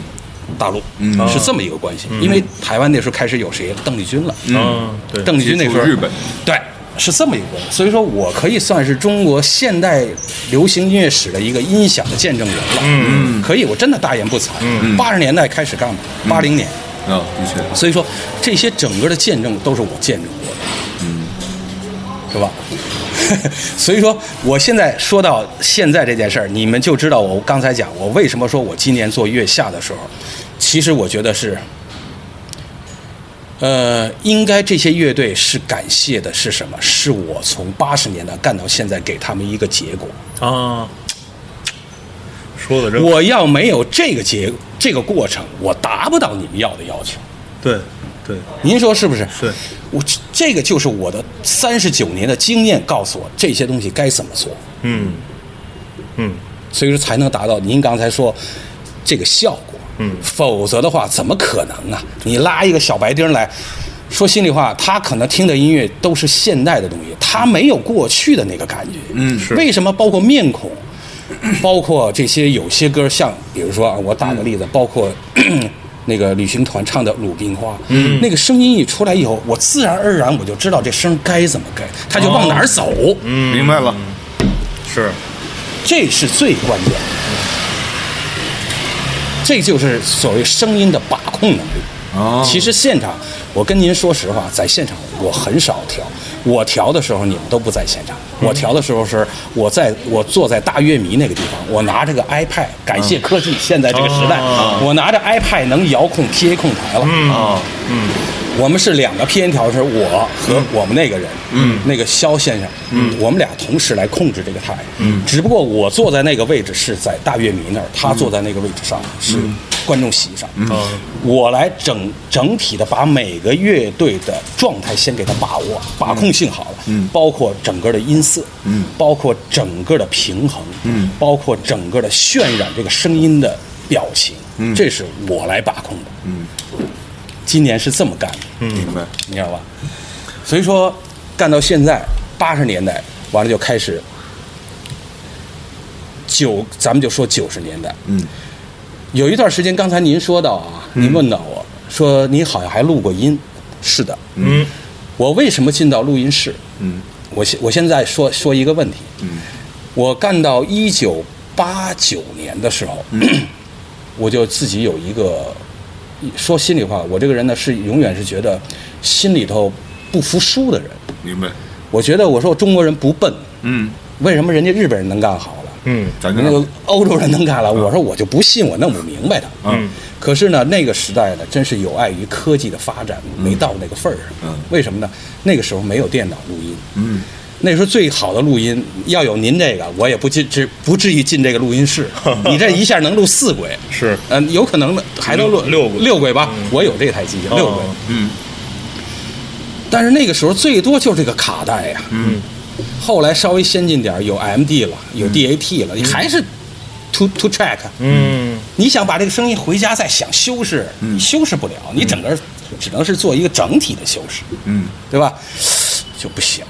大陆，是这么一个关系。因为台湾那时候开始有谁，邓丽君了，
嗯，对，
邓丽君那时候
接触日本，
对，是这么一个关系。所以说我可以算是中国现代流行音乐史的一个音响的见证人了。嗯，可以，我真的大言不惭。八十年代开始干的，八零年，
啊，的确，
所以说这些整个的见证都是我见证过的，嗯，是吧？ 所以说我现在说到现在这件事儿，你们就知道我刚才讲我为什么说我今年做月下的时候，其实我觉得是，呃，应该这些乐队是感谢的是什么？是我从八十年代干到现在，给他们一个结果。
啊，说的真好，
我要没有这个结这个过程，我达不到你们要的要求。
对，对，
您说是不是？
对，
我这这个就是我的三十九年的经验告诉我这些东西该怎么做，
嗯嗯，
所以说才能达到您刚才说这个效果。
嗯
否则的话怎么可能啊？你拉一个小白丁来。说心里话，他可能听的音乐都是现代的东西，他没有过去的那个感觉。
嗯
是
为什么？包括面孔，包括这些有些歌，像比如说啊，我打个例子，包括 那个旅行团唱的《鲁冰花》，嗯，那个声音一出来以后，我自然而然我就知道这声该怎么该，他就往哪儿走，嗯，
明白了。
是
这是最关键的，这就是所谓声音的把控能力。
哦
其实现场，我跟您说实话，在现场我很少调。我调的时候你们都不在现场，我调的时候是我在我坐在大乐迷那个地方，我拿着个 iPad，感谢科技，现在这个时代，
嗯哦
我拿着 iPad 能遥控 PA 控台了。
嗯
啊，
我们是两个 PA 调是我和我们那个人，嗯，那个肖先生，嗯，我们俩同时来控制这个台，嗯，只不过我坐在那个位置是在大乐迷那儿，他坐在那个位置上是观众席上，嗯，
啊
我来整整体的把每个乐队的状态先给它把握，把控性好了，嗯，包括整个的音色，嗯，包括整个的平衡，嗯，包括整个的渲染这个声音的表情，嗯，这是我来把控的，嗯，今年是这么干的，嗯。
明白。
你知道吧？所以说，干到现在八十年代，完了就开始九，咱们就说九十年代，
嗯，
有一段时间，刚才您说到啊，您问到我、说您好像还录过音，是的，
嗯
我为什么进到录音室？
嗯
我现我现在说说一个问题，
嗯
我干到一九八九年的时候， 我就自己有一个，说心里话，我这个人呢是永远是觉得心里头不服输的人。
明白。
我觉得我说中国人不笨，
嗯，
为什么人家日本人能干好了，
嗯
咱这
那个欧洲人能干了？我说我就不信，我弄不明白
啊
他。
嗯
可是呢，那个时代呢，真是有碍于科技的发展，没到那个份儿上。
嗯
为什么呢？那个时候没有电脑录音。
嗯，
那时候最好的录音，要有您这个，我也不进，至不至于进这个录 音室。你这一下能录四轨，
是
嗯、有可能的，还能录
六六轨嗯
六轨吧？我有这台机器，六轨。
哦
嗯
但是那个时候最多就是这个卡带呀、
嗯
后来稍微先进点儿，有 MD 了，有 DAT 了，你还是 to to track。
嗯
你想把这个声音回家再想修饰，修饰不了，你整个只能是做一个整体的修饰，
嗯
对吧？就不行。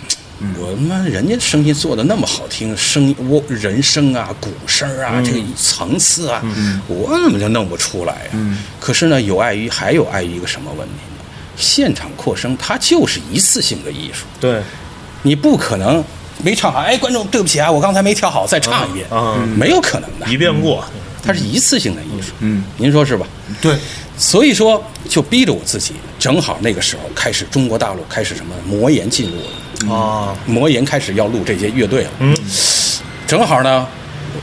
我他妈人家声音做的那么好听，声音我人声啊、鼓声啊、这个层次啊，我怎么就弄不出来呀、可是呢，有碍于还有碍于一个什么问题呢？现场扩声它就是一次性的艺术，
对
你不可能没唱好，哎，观众对不起啊，我刚才没调好，再唱一遍，
啊啊
没有可能的，
一遍过
它是一次性的艺术，
嗯，
您说是吧？
对，
所以说，就逼着我自己，正好那个时候开始，中国大陆开始什么魔岩进入了，
啊
魔岩开始要录这些乐队了，
嗯
正好呢，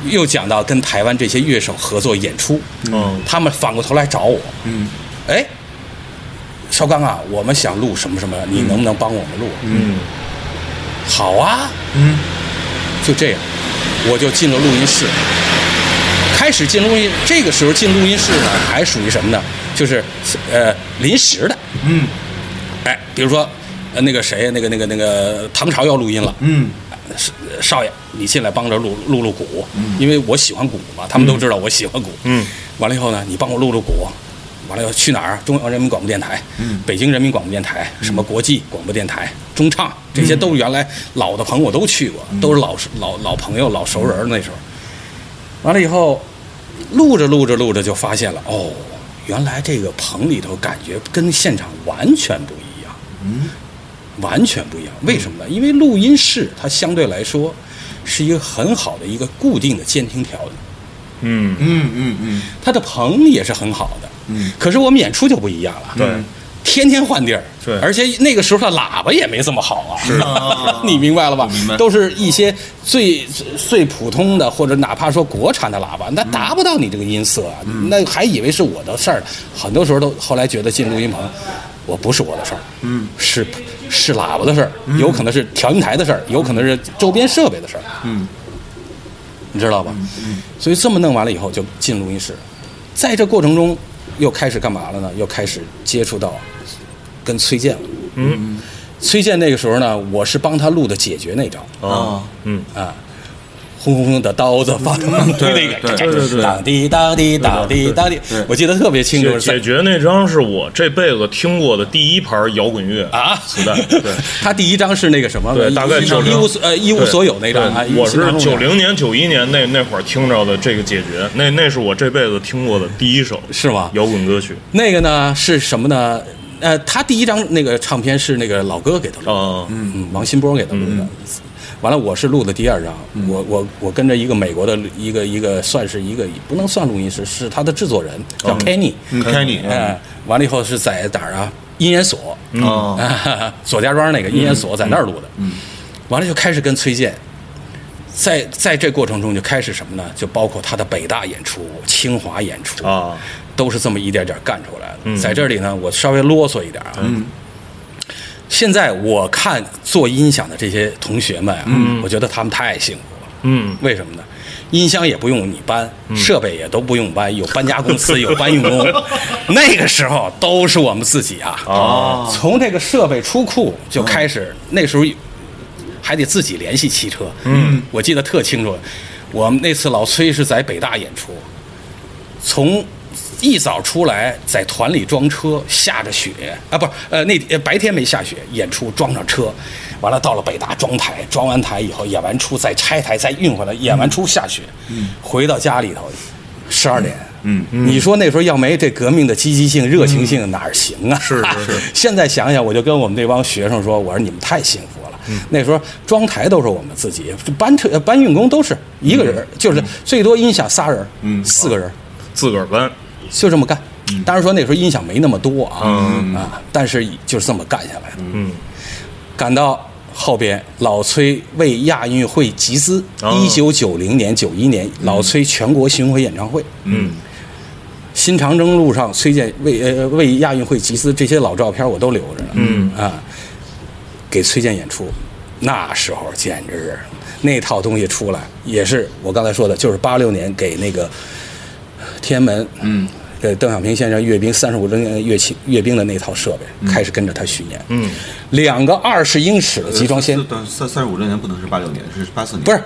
又讲到跟台湾这些乐手合作演出，
嗯
他们反过头来找我，
嗯
哎，肖刚啊，我们想录什么什么，你能不能帮我们录？
嗯
好啊，
嗯
就这样，我就进了录音室。开始进录音，这个时候进录音室 呢，还属于什么呢？就是呃临时的，
嗯
哎，比如说呃那个谁，那个那个那个唐朝要录音了，
嗯
是少爷，你进来帮着录录录鼓，因为我喜欢鼓嘛，他们都知道我喜欢鼓。
嗯，
完了以后呢，你帮我录录鼓，完了以后去哪儿啊？中央人民广播电台，
嗯
北京人民广播电台，
嗯
什么国际广播电台、中唱，这些都是原来老的朋友都去过，
嗯
都是老老老朋友、老熟人儿那时候。完了以后，录着录着录着就发现了，哦，原来这个棚里头感觉跟现场完全不一样。完全不一样。为什么呢？因为录音室它相对来说是一个很好的一个固定的监听条件，
嗯
嗯嗯嗯，
它的棚也是很好的。
嗯，
可是我们演出就不一样了。
对。
天天换地儿，
对
而且那个时候的喇叭也没这么好啊，是 你明白了吧？
明白
都是一些最最普通的，或者哪怕说国产的喇叭，那达不到你这个音色啊，那还以为是我的事儿呢。很多时候都后来觉得进录音棚，我不是我的事儿，嗯，是是喇叭的事儿，有可能是调音台的事儿，有可能是周边设备的事儿，
嗯，
你知道吧？所以这么弄完了以后，就进录音室，在这过程中又开始干嘛了呢？又开始接触到跟崔健了。嗯，崔健那个时候呢，我是帮他录的《解决》那张。
啊，嗯，
轰轰轰的刀子 发动
对
那个，
对
对对
当滴当滴当滴当滴，我记得特别清楚
解
是在。
解决那张是我这辈子听过的第一盘摇滚乐
啊
磁 带，对。
他第一张是那个什么？
对大概
一
90
一无所呃一无所有那张啊。
对
一无
我
所
是
有那张
九零年、九一年那那会儿听着的这个解决，那那是我这辈子听过的第一首
是吗？
摇滚歌曲
那个呢是什么呢？呃，他第一张那个唱片是那个老哥给他录的，
啊，嗯
嗯，王新波给他录的。完了，我是录的第二张，我我我跟着一个美国的一个一个算是一个不能算录音师，是他的制作人叫 Kenny，
嗯，Kenny，嗯
哎，完了以后是在哪儿啊？音研所，
哦，
左家庄那个音研所在那儿录的，嗯，完了就开始跟崔健，在在这过程中就开始什么呢？就包括他的北大演出、清华演出
哦
啊，
都是这么一点点干出来的。在这里呢，我稍微啰嗦一点啊，嗯，现在我看做音响的这些同学们啊，我觉得他们太幸福了，
嗯，
为什么呢？音箱也不用你搬，设备也都不用搬，有搬家公司，有搬运工。那个时候都是我们自己啊，
哦
从这个设备出库就开始，那时候还得自己联系汽车。嗯，我记得特清楚，我们那次老崔是在北大演出，从一早出来在团里装车，下着雪啊，不是呃那呃白天没下雪，演出装上车，完了到了北大装台，装完台以后演完出再拆台再运回来，演完出下雪，回到家里头十二点。嗯，你说那时候要没这革命的积极性、热情性，哪儿行啊？是
是是
现在想想，我就跟我们这帮学生说，我说你们太幸福了。那时候装台都是我们自己，搬车、呃搬运工都是一个人，就是最多音响仨人，嗯，四个人，
自个儿搬，
就这么干。
嗯
当然说那时候音响没那么多啊，啊，但是就是这么干下来的。
嗯，
赶到后边，老崔为亚运会集资，
哦
一九九零年、九一年，老崔全国巡回演唱会，
嗯，
新长征路上崔健为呃为亚运会集资，这些老照片我都留着呢，嗯啊，给崔健演出，那时候简直是那套东西出来，也是我刚才说的，就是八六年给那个天安门，嗯。给邓小平先生阅兵三十五周年乐器阅兵的那套设备，开始跟着他巡演。嗯，呃两个二十英尺的集装箱，
但三三十五周年不能是八六年，是八四年，
不是，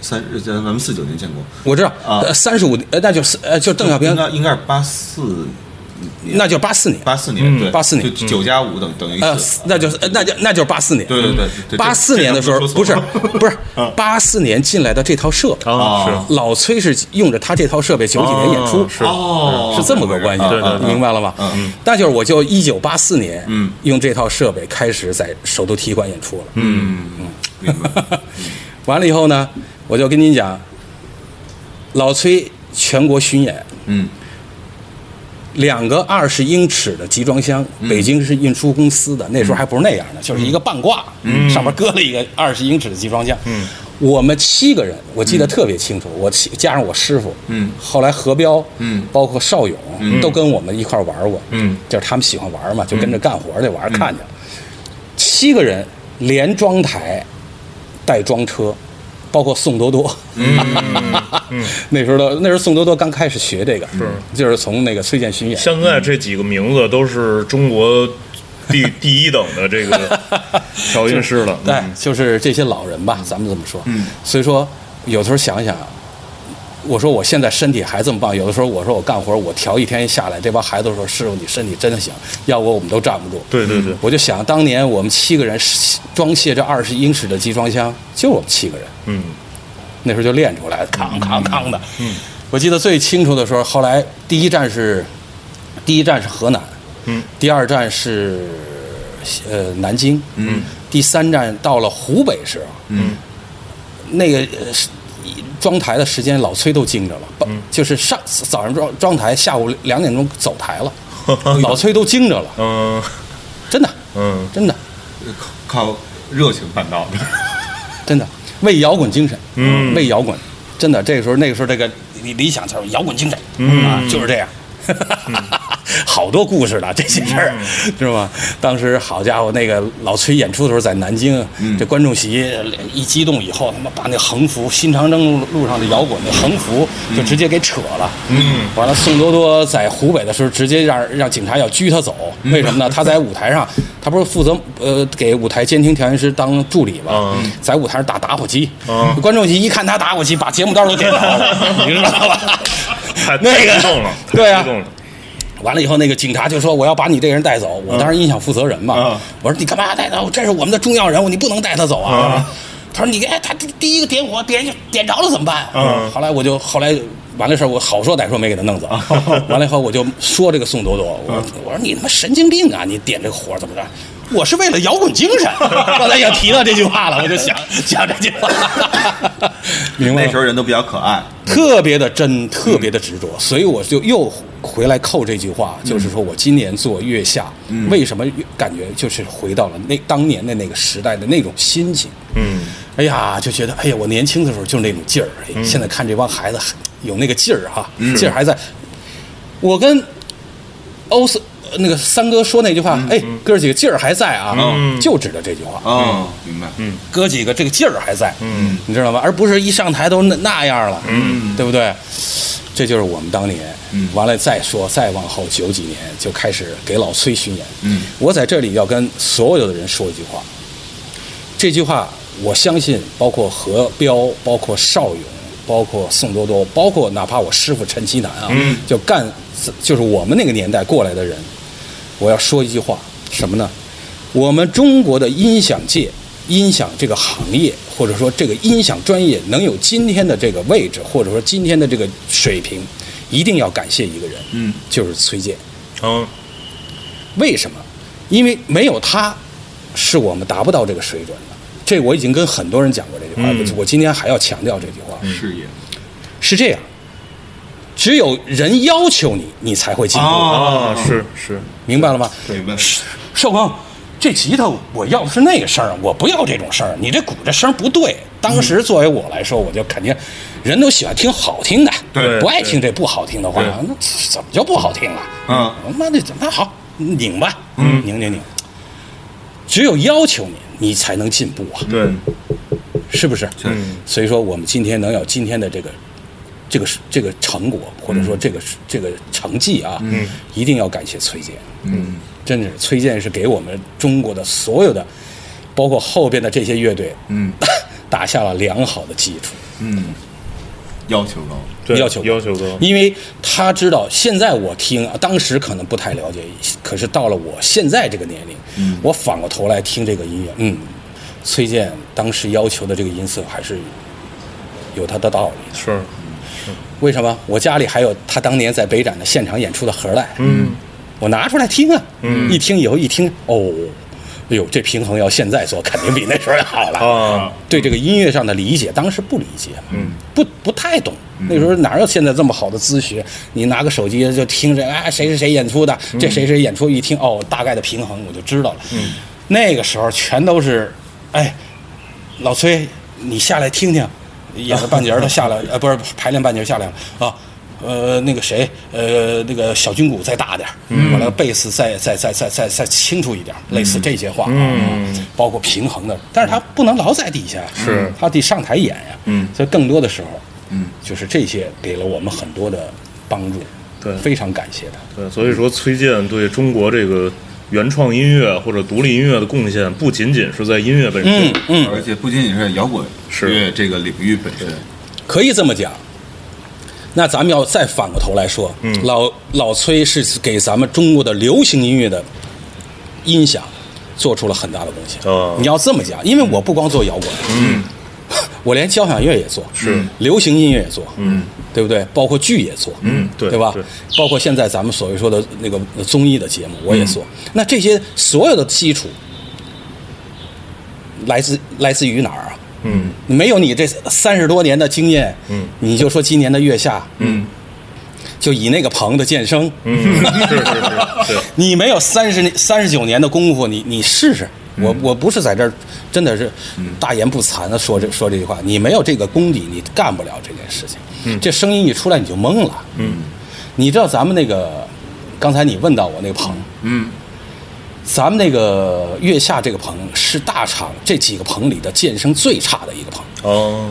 三咱们四九年建国，
我知道，
啊
呃，三十五，呃，那就是呃，就邓小平
应，该应该是八四年，
那就八四年，
八四年，对，
84年
就九加五等等于
呃
四，，
那就是呃那就那就是八四年，
对对对对
八四年的时候
这
不
这
是
这这
不是八四年进来的这套设备，
啊
啊
是，
老崔是用着他这套设备九几年演出
哦，是
哦
是这么个关系，啊
对
对对
明白了吗？
嗯，
那就是我就一九八四年，嗯，用这套设备开始在首都体育馆演出了，嗯，
明白，
完了以后呢，我就跟您讲，老崔全国巡演，
嗯，
两个二十英尺的集装箱，北京市运输公司的，那时候还不是那样的，就是一个半挂，上面搁了一个二十英尺的集装箱。嗯，我们七个人，我记得特别清楚，我七加上我师傅，嗯，后来何彪，嗯，包括邵勇，都跟我们一块儿玩过，嗯，就是他们喜欢玩嘛，就跟着干活去玩儿看去了。七个人连装台带装车，包括宋多多。 那时候的那时候宋多多刚开始学这个，嗯是就是从那个崔健巡演。
现在这几个名字都是中国第第一等的这 个调音师了，嗯
对，哎就是这些老人吧，咱们这么说。嗯，所以说有时候想想，我说我现在身体还这么棒，有的时候我说我干活我调一天下来，这帮孩子说师傅你身体真的行，要不我们都站不住。
对对对
我就想当年我们七个人装卸这二十英尺的集装箱，就我们七个人。
嗯，
那时候就练出来，扛扛扛的。嗯，我记得最清楚的时候，后来第一站是第一站是河南，
嗯，
第二站是呃南京，嗯，第三站到了湖北时候，嗯，那个呃是装台的时间老崔都惊着了，不就是上早上装装台，下午两点钟走台 了，老崔都惊着了，
嗯
真的
嗯，
真的
靠热情办到的，
真的为摇滚精神，嗯，为摇滚，真的这个时候那个时候这个理理想就是摇滚精神，嗯啊，就是这样。 嗯好多故事呢，这些事儿、知道吗？当时好家伙，那个老崔演出的时候在南京，这观众席一激动以后，他妈把那横幅新长征路路上的摇滚那横幅就直接给扯了。嗯，完了，宋多多在湖北的时候，直接让让警察要拘他走，为什么呢？他在舞台上，他不是负责呃给舞台监听调音师当助理吗？在舞台上打打火机，观众席一看他打火机，把节目刀都点着了，你知道吧？
太
那
太
个
激动了，太
对啊
激动了，
完了以后，那个警察就说：“我要把你这个人带走。”我当时音响负责人嘛，我说：“你干嘛要带他？这是我们的重要人物，你不能带他走啊！”他说：“你哎，他第第一个点火，别人就点着了，怎么办？”后来我就后来完了事儿，我好说歹说没给他弄走。 完了以后，我就说这个宋多多，我我说你他妈神经病啊！你点这个火怎么着？我是为了摇滚精神。刚才也提到这句话了，我就想想这句话，明白吗
那时候人都比较可爱，
特别的真，特别的执着，所以我就又回来扣这句话，就是说我今年做月下，为什么感觉就是回到了那当年的那个时代的那种心情？嗯，哎呀，就觉得哎呀，我年轻的时候就是那种劲儿，哎现在看这帮孩子有那个劲儿哈，劲儿还在。我跟欧斯那个三哥说那句话，哎，哥儿几个劲儿还在啊，就指着这句话。
哦，明白，嗯，
哥几个这个劲儿还在，嗯，你知道吗？而不是一上台都那那样了，嗯，对不对？这就是我们当年，嗯，完了再说，再往后九几年就开始给老崔巡演，嗯，我在这里要跟所有的人说一句话，这句话我相信，包括何彪，包括邵勇，包括宋多多，包括哪怕我师傅陈其南啊，就干就是我们那个年代过来的人，我要说一句话，什么呢？我们中国的音响界、音响这个行业，或者说这个音响专业能有今天的这个位置，或者说今天的这个水平，一定要感谢一个人，
嗯，
就是崔健。
嗯
为什么？因为没有他，是我们达不到这个水准的。这我已经跟很多人讲过这句话，
嗯
我今天还要强调这句话，
事业，
是这样。只有人要求你，你才会进步，
啊，是是，
明白了吗？
明白，
寿光，这吉他我要的是那个声儿，我不要这种声儿。你这鼓这声儿不对。当时作为我来说，我就肯定，人都喜欢听好听的，
对
不爱听这不好听的话，那怎么就不好听了？
嗯，
那那那好，拧吧，嗯，拧拧拧。只有要求你，你才能进步啊，
对，
是不是？
对，
所以说，我们今天能有今天的这个。这个是这个成果，或者说这个、是这个成绩啊，嗯，一定要感谢崔健。
嗯，
真是崔健是给我们中国的所有的，包括后边的这些乐队，
嗯，
打下了良好的基础。
嗯，要求高，
对
要求高
要求高，
因为他知道，现在我听，当时可能不太了解，可是到了我现在这个年龄，我反过头来听这个音乐，嗯，崔健当时要求的这个音色还是有他的道理的。
是，
为什么？我家里还有他当年在北展的现场演出的盒带，
嗯，
我拿出来听啊，一听以后一听，哦，哎呦，这平衡要现在做，肯定比那时候要好了。
啊，
对这个音乐上的理解，当时不理解嘛，不不太懂。那时候哪有现在这么好的资讯？你拿个手机就听着，啊，谁谁谁演出的，这谁谁演出，一听哦，大概的平衡我就知道了。那个时候全都是，哎，老崔，你下来听听，演了半截儿的下来，呃，不是排练半截儿下来了啊。呃，那个谁，呃，那个小军鼓再大点儿，完了贝斯再再再再再再清楚一点儿，类似这些话，嗯，包括平衡的，但是他不能老在底下，
是
他得上台演呀，嗯，所以更多的时候，嗯，就是这些给了我们很多的帮助，
对
非常感谢他。
对，所以说崔健对中国这个原创音乐或者独立音乐的贡献，不仅仅是在音乐本身，
而且不仅仅是摇滚
是
乐这个领域本身，
可以这么讲。那咱们要再反过头来说，老老崔是给咱们中国的流行音乐的音响做出了很大的贡献。
哦
你要这么讲，因为我不光做摇滚，嗯，我连交响乐也做，
是
流行音乐也做，嗯，对不对？包括剧也做，嗯
对
对吧？
对
包括现在咱们所谓说的那个综艺的节目，我也做。那这些所有的基础来自来自于哪儿啊？
嗯，
没有你这三十多年的经验，嗯，你就说今年的月下，嗯，就以那个棚的健身，
嗯，是是是是，
你没有三十三十九年的功夫，你你试试。我我不是在这儿，真的是大言不惭的说这说这句话。你没有这个功底，你干不了这件事情。这声音一出来你就懵了。嗯，你知道咱们那个，刚才你问到我那个棚，
嗯，
咱们那个月下这个棚是大厂这几个棚里的健身最差的一个棚。
哦，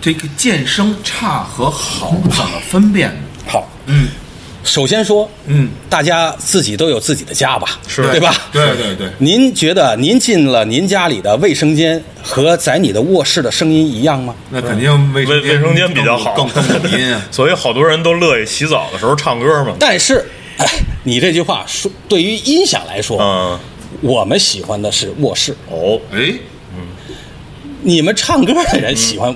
这个健身差和好怎么分辨呢？
好，
嗯
首先说，
嗯，
大家自己都有自己的家吧，
是
对吧？
对对对，
您觉得您进了您家里的卫生间和在你的卧室的声音一样吗？
那肯定卫
卫卫生间比较好，。
更更更音啊
所以好多人都乐意洗澡的时候唱歌 嘛。
但是，哎，你这句话说对于音响来说，
嗯，
我们喜欢的是卧室，
哦，
哎，
你们唱歌的人喜欢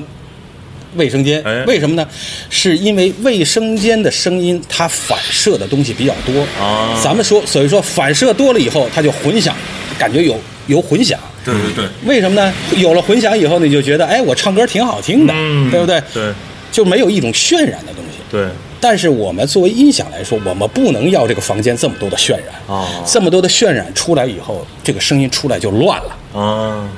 卫生间，
哎
为什么呢？是因为卫生间的声音它反射的东西比较多
啊
咱们说，所以说反射多了以后，它就混响，感觉有有混响。
对对对，
为什么呢？有了混响以后，你就觉得，哎，我唱歌挺好听的，
嗯
对不对？
对，
就没有一种渲染的东西。
对，
但是我们作为音响来说，我们不能要这个房间这么多的渲染
哦
这么多的渲染出来以后，这个声音出来就乱了。
啊，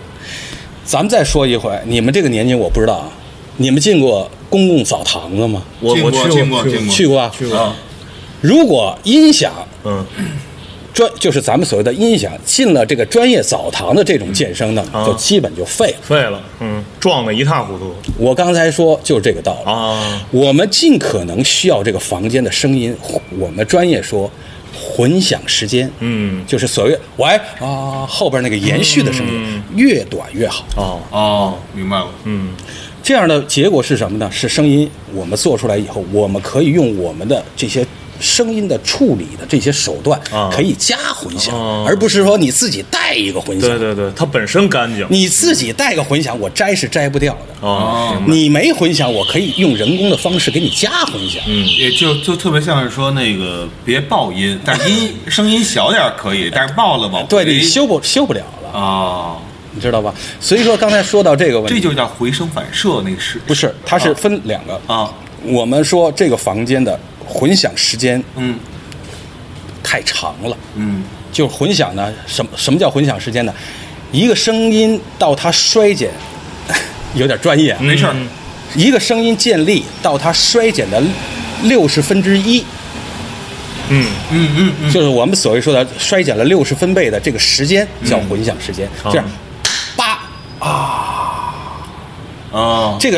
咱们再说一回，你们这个年纪我不知道啊，你们进过公共澡堂子吗？
我
进
我
过
去
进过进
去过啊。
过啊，
如果音响
嗯，
专就是咱们所谓的音响进了这个专业澡堂的这种健身呢，
啊
就基本就废了。
废了，嗯，撞得一塌糊涂
我刚才说就是这个道理。
啊，
我们尽可能需要这个房间的声音，我们专业说混响时间，
嗯
就是所谓喂啊后边那个延续的声音、
嗯
越短越好。
哦，
哦，明白了，
嗯，
这样的结果是什么呢？是声音我们做出来以后，我们可以用我们的这些声音的处理的这些手段
啊，
可以加混响，
哦
而不是说你自己带一个混响。
对对对，它本身干净
你自己带个混响，我摘是摘不掉的。
啊，明白
你没混响，我可以用人工的方式给你加混
嗯
响。
也就就特别像是说那个别爆音，但是音声音小点儿可以，但是爆了往
对
回
你修不修不了了，
啊，
你知道吧？所以说刚才说到这个问
这
题，
就叫回声反射，那个是
不是它是分两个。
啊？
我们说这个房间的混响时间
嗯
太长了。
嗯
就是混响呢，什么什么叫混响时间呢？一个声音到它衰减， 有点专业啊。
没事儿
嗯
一个声音建立到它衰减的六十分之一，
嗯，
嗯嗯嗯，
就是我们所谓说的衰减了六十分贝的这个时间叫混响时间。
嗯
这样，叭，
啊
这个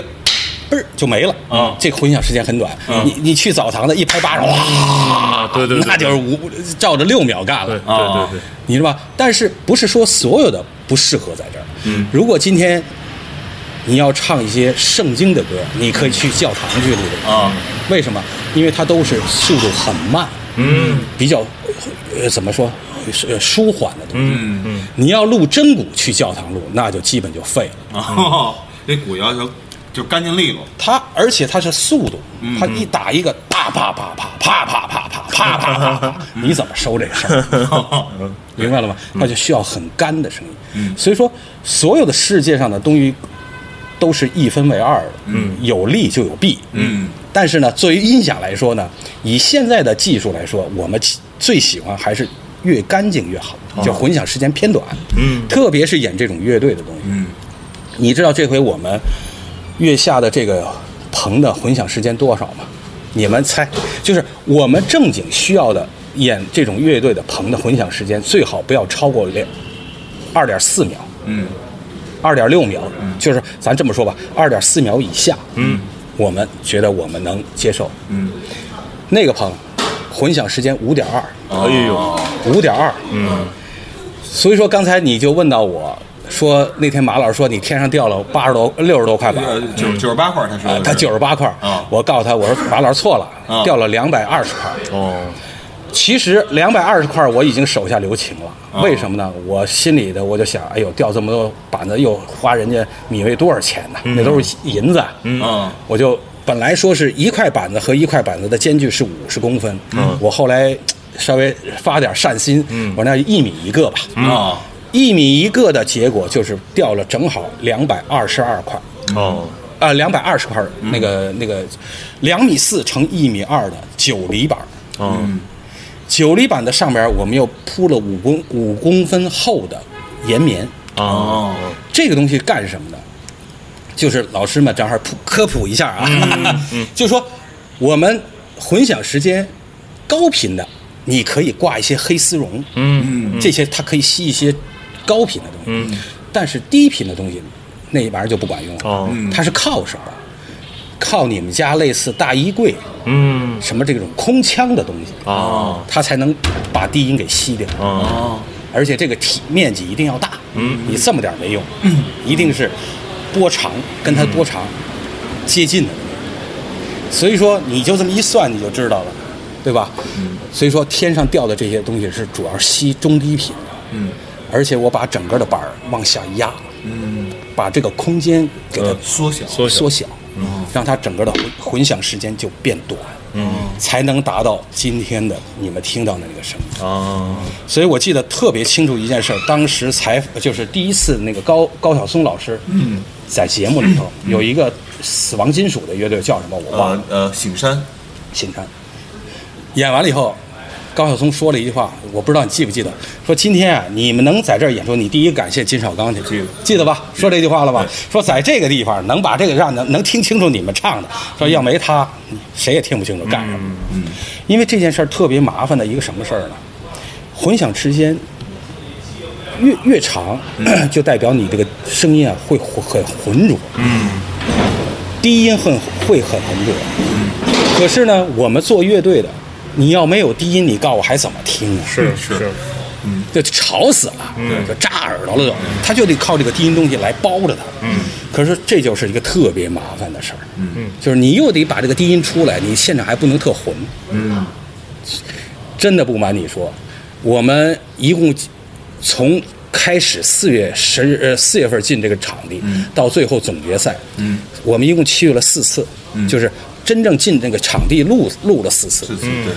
嘣儿就没了
啊
这个混响时间很短。你你去澡堂子一拍巴掌，哇，
啊对对对
那就是五照着六秒干
对
了。
对对对，
你知道吧？但是不是说所有的不适合在这儿？嗯，如果今天你要唱一些圣经的歌，你可以去教堂去录的。
啊，
为什么？因为它都是速度很慢，
嗯
比较呃怎么说呃舒缓的东西。
嗯嗯，
你要录真鼓去教堂录，那就基本就废了。
啊，这鼓要求就干净利落，
它而且它是速度，它一打一个啪啪啪啪啪啪啪啪啪啪啪啪，你怎么收这个声儿？明白了吗？那就需要很干的声音。所以说，所有的世界上的东西都是一分为二的，有利就有弊。
嗯，
但是呢，作为音响来说呢，以现在的技术来说，我们其最喜欢还是越干净越好，就混响时间偏短。
嗯
特别是演这种乐队的东西。嗯，你知道这回我们月下的这个棚的混响时间多少吗？你们猜，就是我们正经需要的演这种乐队的棚的混响时间，最好不要超过两二点四秒，
嗯
二点六秒，就是咱这么说吧，二点四秒以下，嗯，我们觉得我们能接受。
嗯，
那个棚混响时间五点二，
哎呦，
五点二，嗯，所以说刚才你就问到我说那天马老师说你天上掉了八十多六十多块板，
呃九九十八块儿他说
啊
的，
他九十八块，
啊
我告诉他我说马老师错了
啊，
掉了两百二十块。
哦，
其实两百二十块我已经手下留情了，为什么呢？我心里的我就想，哎呦掉这么多板子又花人家米未多少钱呢？那都是银子，嗯
啊
我就本来说是一块板子和一块板子的间距是五十公分，嗯，我后来嘖稍微发点善心，嗯，我那一米一个吧，
啊，
一米一个的结果就是掉了正好两百二十二块，
哦，
啊，两百二十块儿那个那个两米四乘一米二的九厘板儿，
哦，
九厘板的上边儿我们又铺了五公五公分厚的岩棉，
啊，
哦，
这个东西干什么呢？
嗯
就是老师们正好普科普一下啊，就说我们混响时间高频的，你可以挂一些黑丝绒，
嗯，
这些它可以吸一些高频的东西，
嗯，
但是低频的东西那玩意儿就不管用了，
哦
它是靠什么？靠你们家类似大衣柜
嗯，
什么这种空腔的东西，
哦
它才能把低音给吸掉，
哦，
而且这个体面积一定要大，嗯，你这么点儿没用，一定是波长跟它波长接近的，所以说你就这么一算你就知道了，对吧？所以说天上掉的这些东西是主要吸中低频的，嗯，而且我把整个的板儿往下压，嗯，把这个空间给它
缩小，
缩小
缩小，让它整个的混混响时间就变短，嗯，才能达到今天的你们听到的那个声音。
啊，
所以我记得特别清楚一件事儿，当时采就是第一次那个高高晓松老师，嗯，在节目里头有一个死亡金属的乐队叫什么我
啊
忘
呃
了，
呃，醒山，
新山，演完了以后，高晓松说了一句话，我不知道你记不记得，说今天啊你们能在这儿演出，你第一感谢金少刚去，记得吧？说这句话了吧？说在这个地方能把这个让能能听清楚你们唱的，说要没他，谁也听不清楚干什么。嗯，因为这件事儿特别麻烦的一个什么事儿呢？混响时间越越长， 就代表你这个声音啊会很浑浊，嗯，低音很会很浑浊，可是呢，我们做乐队的，你要没有低音，你告我还怎么听啊？
是是，
就吵死了，就炸耳朵了就，他就得靠这个低音东西来包着它。嗯，可是这就是一个特别麻烦的事儿。嗯，就是你又得把这个低音出来，你现场还不能特混。嗯，真的不瞒你说，我们一共从开始四月十呃四月份进这个场地，到最后总决赛，嗯，我们一共去了四次，就是真正进这个场地录录了四次。
对
嗯
对对，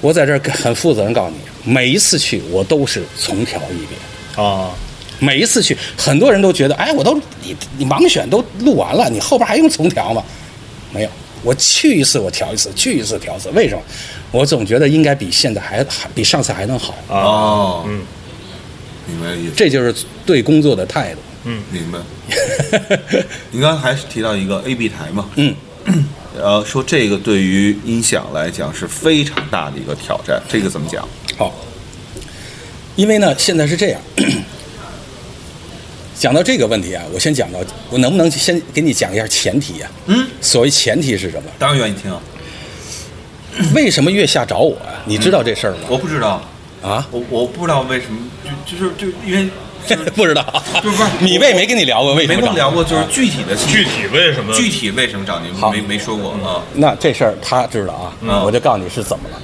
我在这儿很负责任告诉你，每一次去我都是重调一遍，
啊，
每一次去，很多人都觉得，哎，我都你你盲选都录完了，你后边还用重调吗？没有，我去一次我调一次，去一次调一次，为什么？我总觉得应该比现在还还比上次还能好，
啊
啊
哦，嗯，明白意思，
这就是对工作的态度。
明白。您刚才还是提到一个 A B 台嘛，
嗯，
呃，说这个对于音响来讲是非常大的一个挑战，这个怎么讲？
好，因为呢，现在是这样。讲到这个问题啊，我先讲到，我能不能先给你讲一下前提啊？嗯，所谓前提是什么？
当然愿意听啊，
为什么月下找我啊？你知道这事儿吗？
我不知道，
啊，
我我不知道为什么，就就是就因为就是
不知道
不是不是，
米 未没跟你聊过为什
没
么
跟
找
我
你
聊过，就是具体的
具体为什么？
具体为什么找您
好
没没说过啊？
那这事儿他知道啊，我就告诉你是怎么了。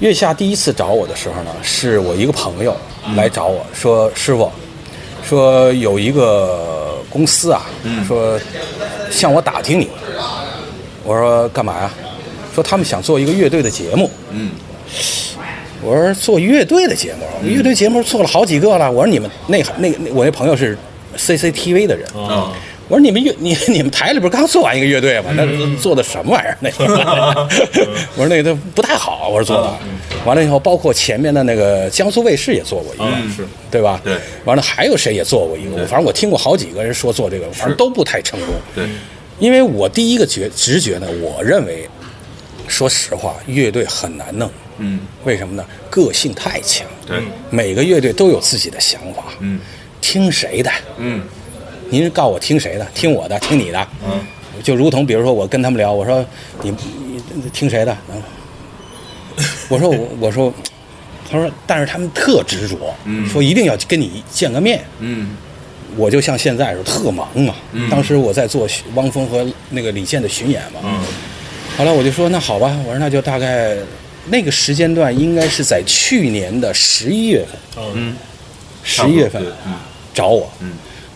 月下第一次找我的时候呢，是我一个朋友来找我说：“师傅，说有一个公司啊，说向我打听你。”我说：“干嘛呀？”说他们想做一个乐队的节目。嗯，我说做乐队的节目，乐队节目做了好几个了。我说你们那那那我那朋友是 CCTV 的人。
啊，
我说你们乐你你们台里不是刚做完一个乐队吗？那做的什么玩意儿？那个，我说那个都不太好。我说做的，完了以后，包括前面的那个江苏卫视也做过一个，
是
对吧？
对。
完了还有谁也做过一个？我反正我听过好几个人说做这个，反正都不太成功。
对，
因为我第一个觉直觉呢，我认为，说实话，乐队很难弄。嗯。为什么呢？个性太强。
对，
每个乐队都有自己的想法。嗯。听谁的？
嗯，
您是告诉我听谁的？听我的，听你的。嗯，就如同比如说我跟他们聊，我说你你你听谁的？ 嗯，我说我我说，他说但是他们特执着，说一定要跟你见个面。
嗯，
我就像现在是特忙嘛，当时我在做汪峰和那个李健的巡演嘛。嗯，后来我就说那好吧，我说那就大概那个时间段应该是在去年的十一月份。
嗯，
十一月份。
对嗯
找我。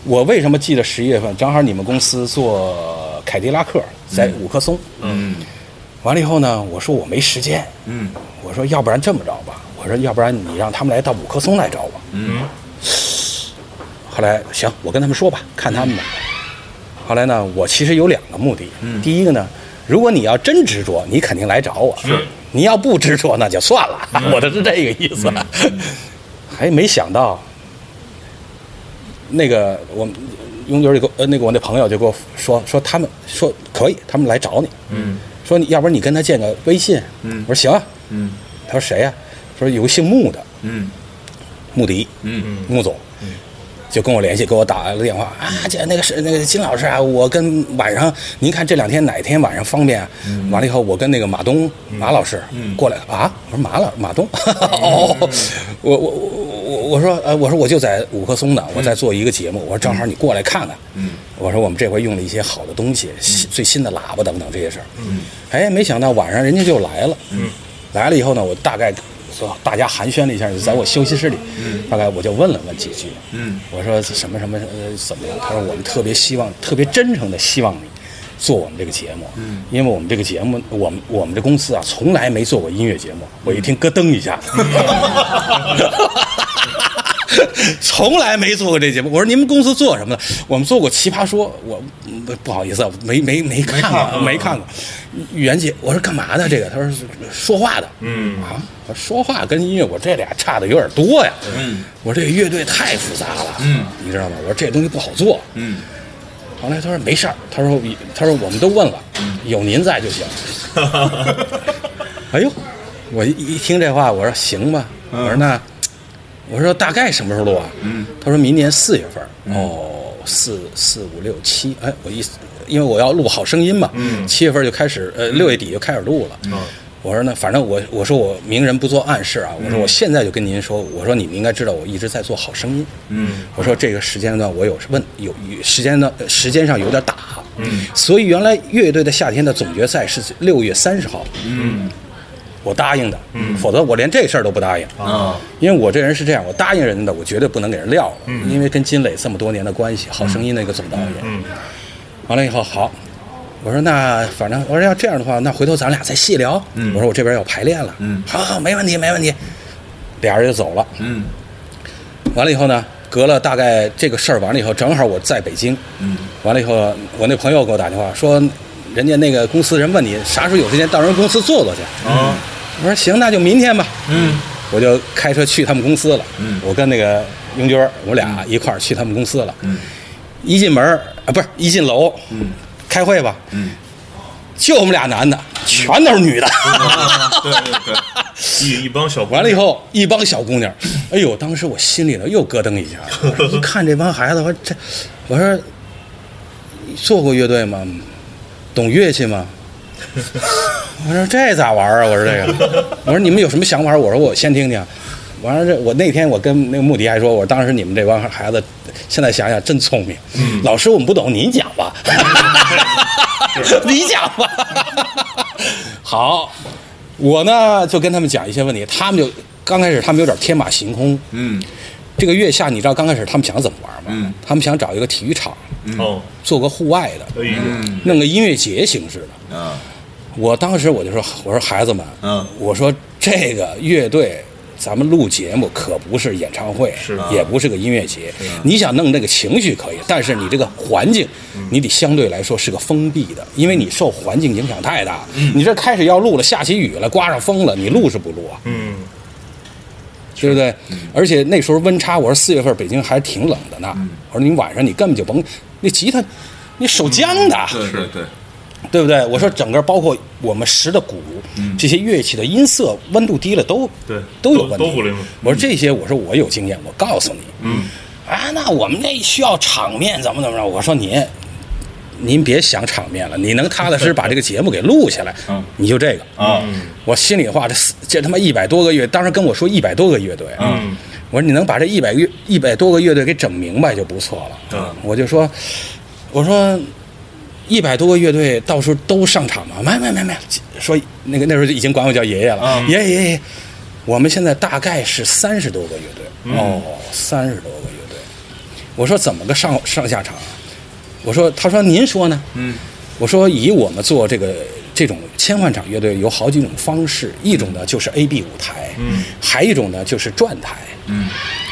我为什么记得十一月份？正好你们公司做凯迪拉克在五棵松。嗯，完了以后呢，我说我没时间。嗯，我说要不然这么着吧，我说要不然你让他们来到五棵松来找我。嗯，后来行，我跟他们说吧，看他们吧。后来呢，我其实有两个目的。第一个呢，如果你要真执着，你肯定来找我。是，嗯你要不执着，那就算了。 我的是这个意思。还没想到，那个我们永久就给我呃那个我那朋友就给我说说他们说可以，他们来找你。嗯，说你要不然你跟他建个微信，嗯，我说行啊，嗯，他说谁呀、说有个姓穆的，
嗯
穆迪，
嗯
穆总，就跟我联系，给我打了个电话啊，姐，那个是那个金老师啊，我跟晚上您看这两天哪天晚上方便啊？完了以后，我跟那个马东马老师过来啊，我说马老马东， 哦，我我我我我说呃，我说我就在五棵松呢，我在做一个节目，我说正好你过来看看，我说我们这回用了一些好的东西，新最新的喇叭等等这些事儿，哎，没想到晚上人家就来了，来了以后呢，我大概。说大家寒暄了一下，就在我休息室里，大概我就问了问几句，
嗯
我说什么什么呃怎么样？他说我们特别希望，特别真诚的希望你做我们这个节目，嗯，因为我们这个节目，我们我们这公司啊从来没做过音乐节目。我一听咯噔一下，嗯 从来没做过这节目。我说你们公司做什么的？我们做过《奇葩说》，我嗯不好意思啊，没没没看过，没看过。袁姐，我说干嘛的这个？他说是说话的，嗯啊，我说说话跟音乐我这俩差的有点多呀，嗯，我说这乐队太复杂了，嗯，你知道吗？我说这东西不好做，
嗯，
后来他说没事儿，他说他说我们都问了，有您在就 行。哎呦，我一一听这话，我说行吧，我说那，我说大概什么时候录啊？嗯，他说明年四月份儿。哦，四四五六七，哎，我一因为我要录好声音嘛，嗯，七月份就开始，呃，六月底就开始录了。嗯，
啊
我说呢，反正我我说我明人不做暗示啊，我说我现在就跟您说，我说你们应该知道我一直在做好声音。嗯，我说这个时间段我有问有有时间段呃时间上有点打。嗯，所以原来乐队的夏天的总决赛是六月三十号。
嗯
我答应的，否则我连这事儿都不答应
啊。
因为我这人是这样，我答应人的，我绝对不能给人撂了，因为跟金磊这么多年的关系，《好声音》那个总导演。完了以后，好，我说那反正我说要这样的话，那回头咱俩再细聊。我说我这边要排练了，好好，没问题，没问题。俩人就走了。
嗯
完了以后呢，隔了大概这个事儿完了以后，正好我在北京，嗯，完了以后，我那朋友给我打电话说，人家那个公司人问你啥时候有时间到人公司坐坐去，
啊
我说行，那就明天吧，
嗯
我就开车去他们公司了，
嗯
我跟那个英军儿，我俩一块儿去他们公司了，
嗯
一进门儿啊，不是一进楼，嗯，开会吧，
嗯，
就我们俩男的，全都 是女的。
对对对，
一一帮小
完了以后，一帮小姑娘，哎呦，当时我心里头又咯噔一下，我说一看这帮孩子，我说这，我说做过乐队吗？懂乐器吗？我说这咋玩啊？我说这个，我说你们有什么想法？我说我先听听。完了这我那天我跟那个穆迪还说，我说当时你们这帮孩子，现在想想真聪明。老师我们不懂，你讲吧， 你讲吧。好，我呢就跟他们讲一些问题，他们就刚开始他们有点天马行空。
嗯
这个月下你知道刚开始他们想怎么玩吗？
嗯
他们想找一个体育场，
哦，
做个户外的，
哎呦，
嗯
弄个音乐节形式的。
啊
我当时我就说，我说孩子们，
嗯
我说这个乐队，咱们录节目可不是演唱会，
是
也不是个音乐节。你想弄那个情绪可以，但是你这个环境，你得相对来说是个封闭的，因为你受环境影响太大。你这开始要录了，下起雨了，刮上风了，你录是不录啊？
嗯，
对不对？而且那时候温差，我说四月份北京还挺冷的呢。我说你晚上你根本就甭那吉他，你手僵的。
嗯
对对对，
对不对？我说整个包括我们拾的鼓，这些乐器的音色温度低了都
对
都有
都
问
都不灵
题。我说这些，我说我有经验，我告诉你。嗯，啊，那我们那需要场面怎么怎么着？我说您您别想场面了，你能踏踏实实把这个节目给录下来，
嗯
你就这个。
啊
嗯
我心里话，这四这他妈一百多个乐，当时跟我说一百多个乐队，啊
嗯，
我说你能把这一百乐一百多个乐队给整明白就不错了，
嗯
我就说，我说一百多个乐队到时候都上场吗？没没没没，说那个那时候就已经管我叫爷爷了，
嗯
爷爷爷爷，我们现在大概是三十多个乐队，哦，三十多个乐队，我说怎么个上上下场啊？我说，他说您说呢？嗯，我说以我们做这个这种千换场乐队有好几种方式，一种呢就是 A B 舞台，嗯，还有一种呢就是转台，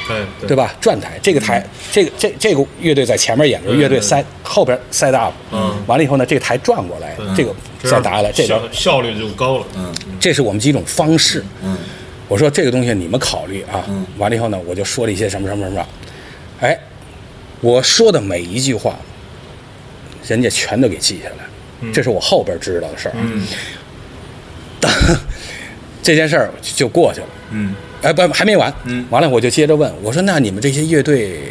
对对
对吧？转台这个台，这个这这个乐队在前面演着，乐队塞后边塞 up，嗯，完了以后呢，这台转过来，这个再打下来，这边
效效率就高了。嗯，
这是我们几种方式。嗯，我说这个东西你们考虑啊。
嗯
完了以后呢，我就说了一些什么什么什么，哎，我说的每一句话，人家全都给记下来。
嗯
这是我后边知道的事儿。 嗯，这件事儿就过去了。
嗯，
哎，不，还没完。
嗯
完了我就接着问，我说那你们这些乐队，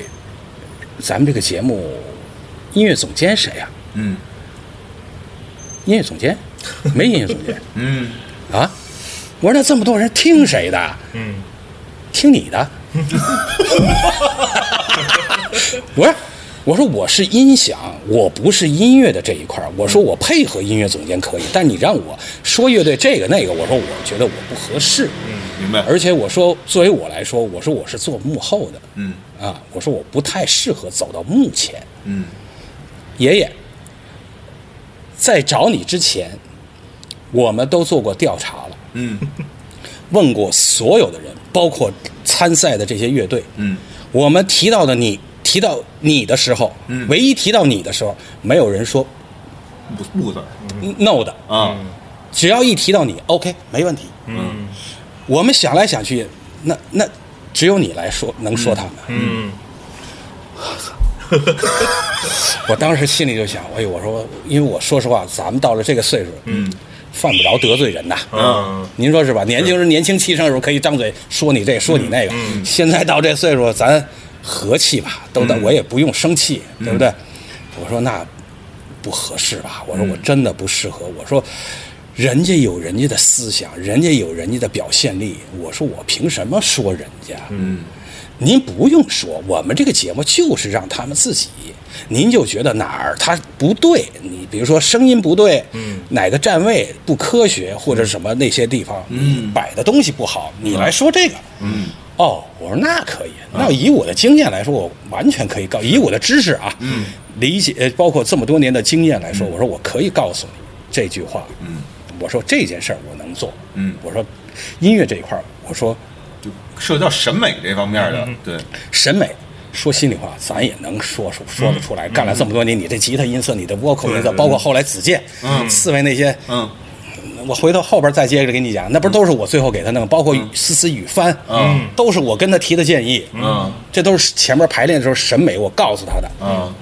咱们这个节目音乐总监谁呀、啊
嗯
音乐总监？没音乐总监
嗯
啊？我说那这么多人听谁的？
嗯，
听你的。我说，我说我是音响，我不是音乐的这一块儿。我说我配合音乐总监可以，但你让我说乐队这个那个，我说我觉得我不合适。
嗯
明白
而且我说，作为我来说，我说我是做幕后的，
嗯
啊，我说我不太适合走到幕前。
嗯
爷爷，在找你之前，我们都做过调查了，
嗯
问过所有的人，包括参赛的这些乐队，
嗯
我们提到的你，提到你的时候，
嗯
唯一提到你的时候，没有人说
不不字儿
no 的，
啊
只要一提到你，OK，没问题。
嗯
我们想来想去，那那只有你来说能说他们。
嗯，
我当时心里就想，哎呦，我说，因为我说实话，咱们到了这个岁数，嗯，犯不着得罪人呐。
嗯，
您说是吧？年轻人年轻气盛的时候可以张嘴说你这说你那个，现在到这岁数，咱和气吧，都得、我也不用生气，对不对？我说那不合适吧？我说我真的不适合。我说人家有人家的思想，人家有人家的表现力，我说我凭什么说人家？嗯。您不用说，我们这个节目就是让他们自己，您就觉得哪儿他不对，你比如说声音不对，嗯，哪个站位不科学或者什么那些地方，嗯，摆的东西不好，你来说这个，嗯，哦，我说那可以，那以我的经验来说，我完全可以告，以我的知识啊，嗯，理解呃包括这么多年的经验来说，我说我可以告诉你这句话，嗯，我说这件事儿我能做，
嗯
我说音乐这一块儿，我说
就涉及到审美这方面的，对，
审美。说心里话，咱也能说出说得出
嗯
来。干了这么多年，你这吉他音色，你的 vocal 音色，包括后来子健、刺猬那些，
嗯
我回头后边再接着给你讲，那不都是我最后给他弄，包括思思雨帆，嗯，都是我跟他提的建议，
嗯，
这都是前面排练的时候审美我告诉他的，
嗯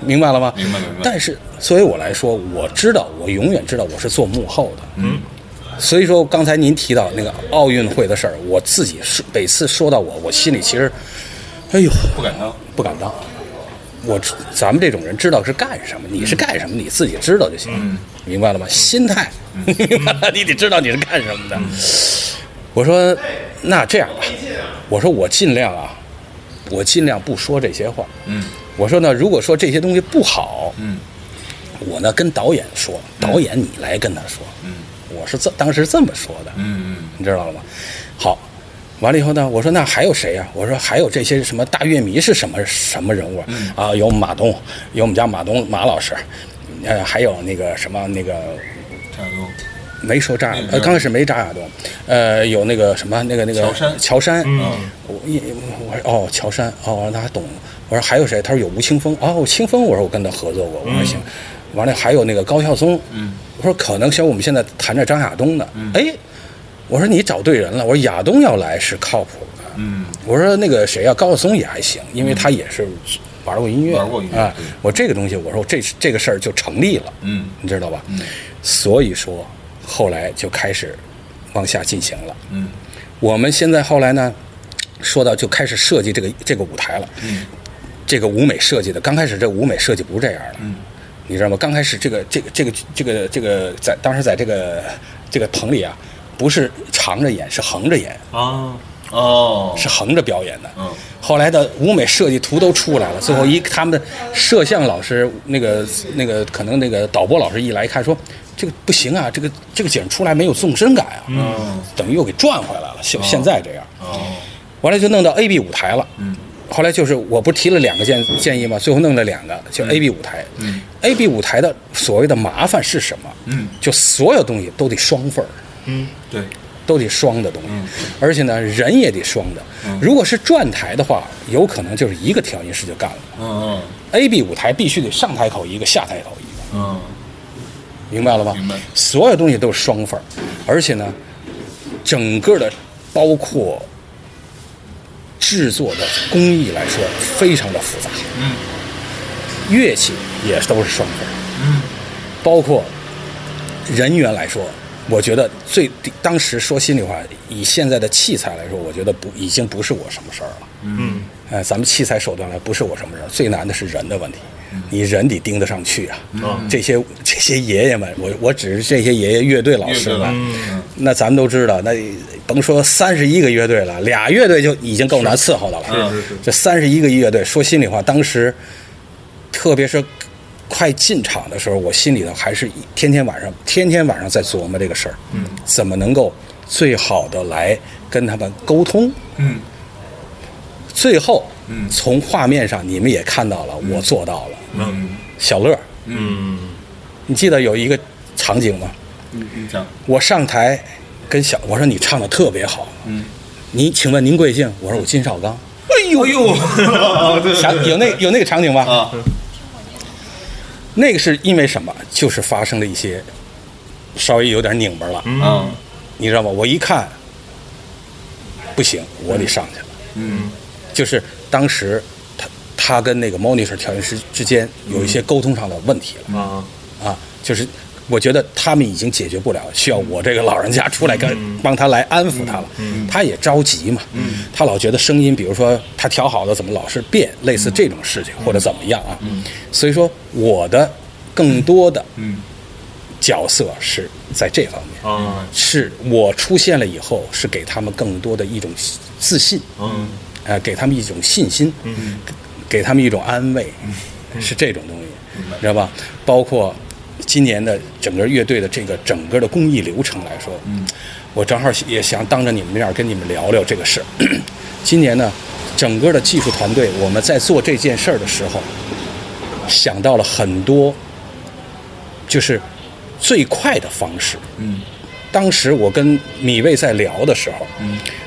明白了吗？
明白明白
但是作为我来说，我知道，我永远知道我是做幕后的。嗯。所以说，刚才您提到那个奥运会的事儿，我自己是每次说到我，我心里其实，哎呦，
不敢当，
不敢当。我知咱们这种人知道是干什么，你是干什么，你自己知道就行，
嗯
明白了吗？心态， 明白了，你得知道你是干什么的。我说，那这样吧，我说我尽量啊，我尽量不说这些话。
嗯
我说呢，如果说这些东西不好，
嗯
我呢跟导演说，导演你来跟他说，我是这当时这么说的，
嗯
你知道了吗？好，完了以后呢，我说那还有谁呀、我说还有这些什么大乐迷是什么什么人物啊？啊，有马东，有我们家马东马老师，呃，还有那个什么那个
嗯，差不多，
没说张亚
那，个
呃，刚开始没张亚东，呃，有那个什么那个那个
嗯乔杉
乔杉，
嗯
我一我说哦，乔杉，哦，我说那还懂了。我说还有谁？他说有吴青峰，哦，清风，我说我跟他合作过，我
嗯
说行。完了还有那个高晓松，嗯，我说可能像我们现在谈着张亚东呢，
嗯
哎，我说你找对人了，我说亚东要来是靠谱的，
嗯
我说那个谁啊，高晓松也还行，因为他也是玩过音乐，
玩过音乐
啊
对。
我这个东西，我说这这个事儿就成立了，
嗯
你知道吧？所以说后来就开始往下进行了。
嗯
我们现在后来呢，说到就开始设计这个这个舞台了。
嗯
这个舞美设计的，刚开始这舞美设计不是这样的，
嗯
你知道吗？刚开始这个这个这个这个这个在当时在这个这个棚里啊，不是长着演，是横着演，
啊，
哦，
是横着表演的。
嗯
后来的舞美设计图都出来了，最后一他们的摄像老师那个那个可能那个导播老师一来看说。这个不行啊，这个这个景出来没有纵深感啊，
嗯
等于又给转回来了，像现在这样。
哦
完了就弄到 A、B 舞台了。
嗯，
后来就是我不是提了两个建建议吗？最后弄了两个，就 A、B 舞台。嗯，A、B 舞台的所谓的麻烦是什么？
嗯，
就所有东西都得双份儿，
对，
都得双的东西，
嗯
而且呢人也得双的。如果是转台的话，有可能就是一个调音师就干了。
嗯
A、B 舞台必须得上台口一个，下台口一个。
嗯嗯
明白了吧？
明白
所有东西都是双份儿，而且呢，整个的包括制作的工艺来说，非常的复杂。嗯，乐器也都是双份儿。嗯，包括人员来说，我觉得最当时说心里话，以现在的器材来说，我觉得不已经不是我什么事儿了。
嗯，
呃，咱们器材手段来不是我什么事儿，最难的是人的问题，你人得盯得上去啊。这些这些爷爷们，我我只是这些爷爷乐队老师们，那咱们都知道，那甭说三十一个乐队了，俩乐队就已经够难伺候的了。啊
是是
这三十一个乐队，说心里话，当时特别是快进场的时候，我心里头还是天天晚上天天晚上在琢磨这个事儿，嗯，怎么能够最好的来跟他们沟通，
嗯，
最后，嗯，从画面上你们也看到了，我做到了，
嗯
小乐，
嗯
你记得有一个场景吗？
你嗯你讲，
我上台跟小我说你唱的特别好，
嗯，
您请问您贵姓？我说我金少刚，
哎呦呦，哦对
想 有那有那个场景吧？
啊，
那个是因为什么？就是发生了一些稍微有点拧巴了，
啊
嗯
你知道吗？我一看不行，我得上去了。
嗯
就是当时他他跟那个 monitor 调音师之间有一
嗯
些沟通上的问题了。
啊，
啊，就是我觉得他们已经解决不了，需要我这个老人家出来跟
嗯
帮他来安抚他了。他也着急嘛，他老觉得声音，比如说他调好的怎么老是变，类
嗯
似这种事情或者怎么样啊。所以说我的更多的
嗯
角色是在这方面，
啊，
是我出现了以后是给他们更多的一种自信，
嗯，
呃，给他们一种信心，
嗯
给他们一种安慰，是这种东西，知道吧？包括今年的整个乐队的这个整个的工艺流程来说，我正好也想当着你们面儿跟你们聊聊这个事儿。 今年呢，整个的技术团队我们在做这件事儿的时候，想到了很多，就是最快的方式，
嗯
当时我跟米未在聊的时候，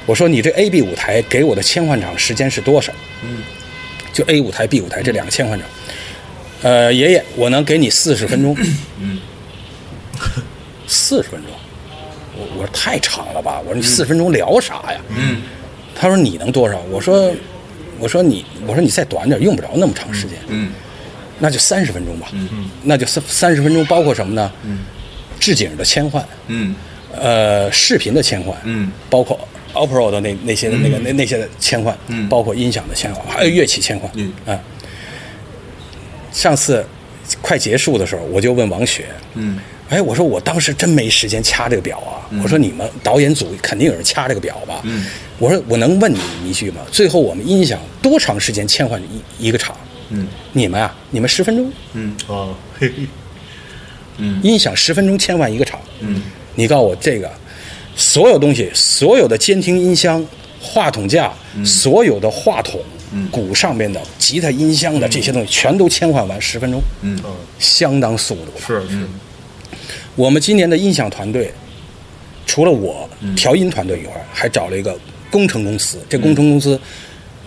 我说你这 A、B 舞台给我的切换场时间是多少？就 A 舞台、B 舞台这两个切换场。呃，爷爷，我能给你四十分钟。
嗯
四十分钟，我我说太长了吧？我说你四十分钟聊啥呀？
嗯
他说你能多少？我说我说你我说你再短点，用不着那么长时间。
嗯
那就三十分钟吧。那就三三十分钟，包括什么呢？置景的切换。
嗯
呃视频的切换，
嗯，
包括 OPPO 的那那些那个那那些的切换，嗯，包括音响的切换，还有乐器切换，
嗯
啊。上次快结束的时候，我就问王雪，
嗯
哎，我说我当时真没时间掐这个表啊，我说你们导演组肯定有人掐这个表吧，嗯，我说我能问你一句吗？最后我们音响多长时间切换一一个场？
嗯
你们啊，你们十分钟，
啊，嘿嘿，
音响十分钟切换一个场。嗯，你告诉我这个，所有东西，所有的监听音箱、话筒架，所有的话筒、鼓上面的、吉他音箱的这些东西，全都切换完十分钟，
嗯
嗯，
相当速度了。
是是，
我们今年的音响团队，除了我调音团队以外，还找了一个工程公司。这工程公司，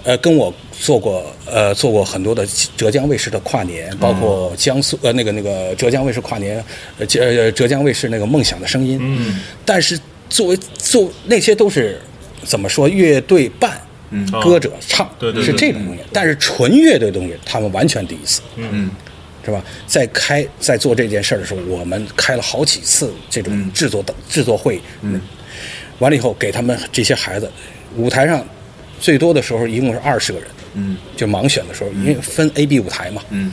呃，跟我做过呃做过很多的浙江卫视的跨年，包括江苏呃那个那个浙江卫视跨年，呃浙呃浙江卫视那个梦想的声音。嗯，但是作为做那些都是怎么说乐队办。嗯歌者唱、
对对对
是这种东西，但是纯乐队东西，他们完全第一次。
嗯
是吧？在开在做这件事儿的时候，我们开了好几次这
嗯
种制作的、制作会，嗯，完了以后给他们这些孩子，舞台上最多的时候一共是二十个人，
嗯，
就盲选的时候，因为分 A、B 舞台嘛，
嗯，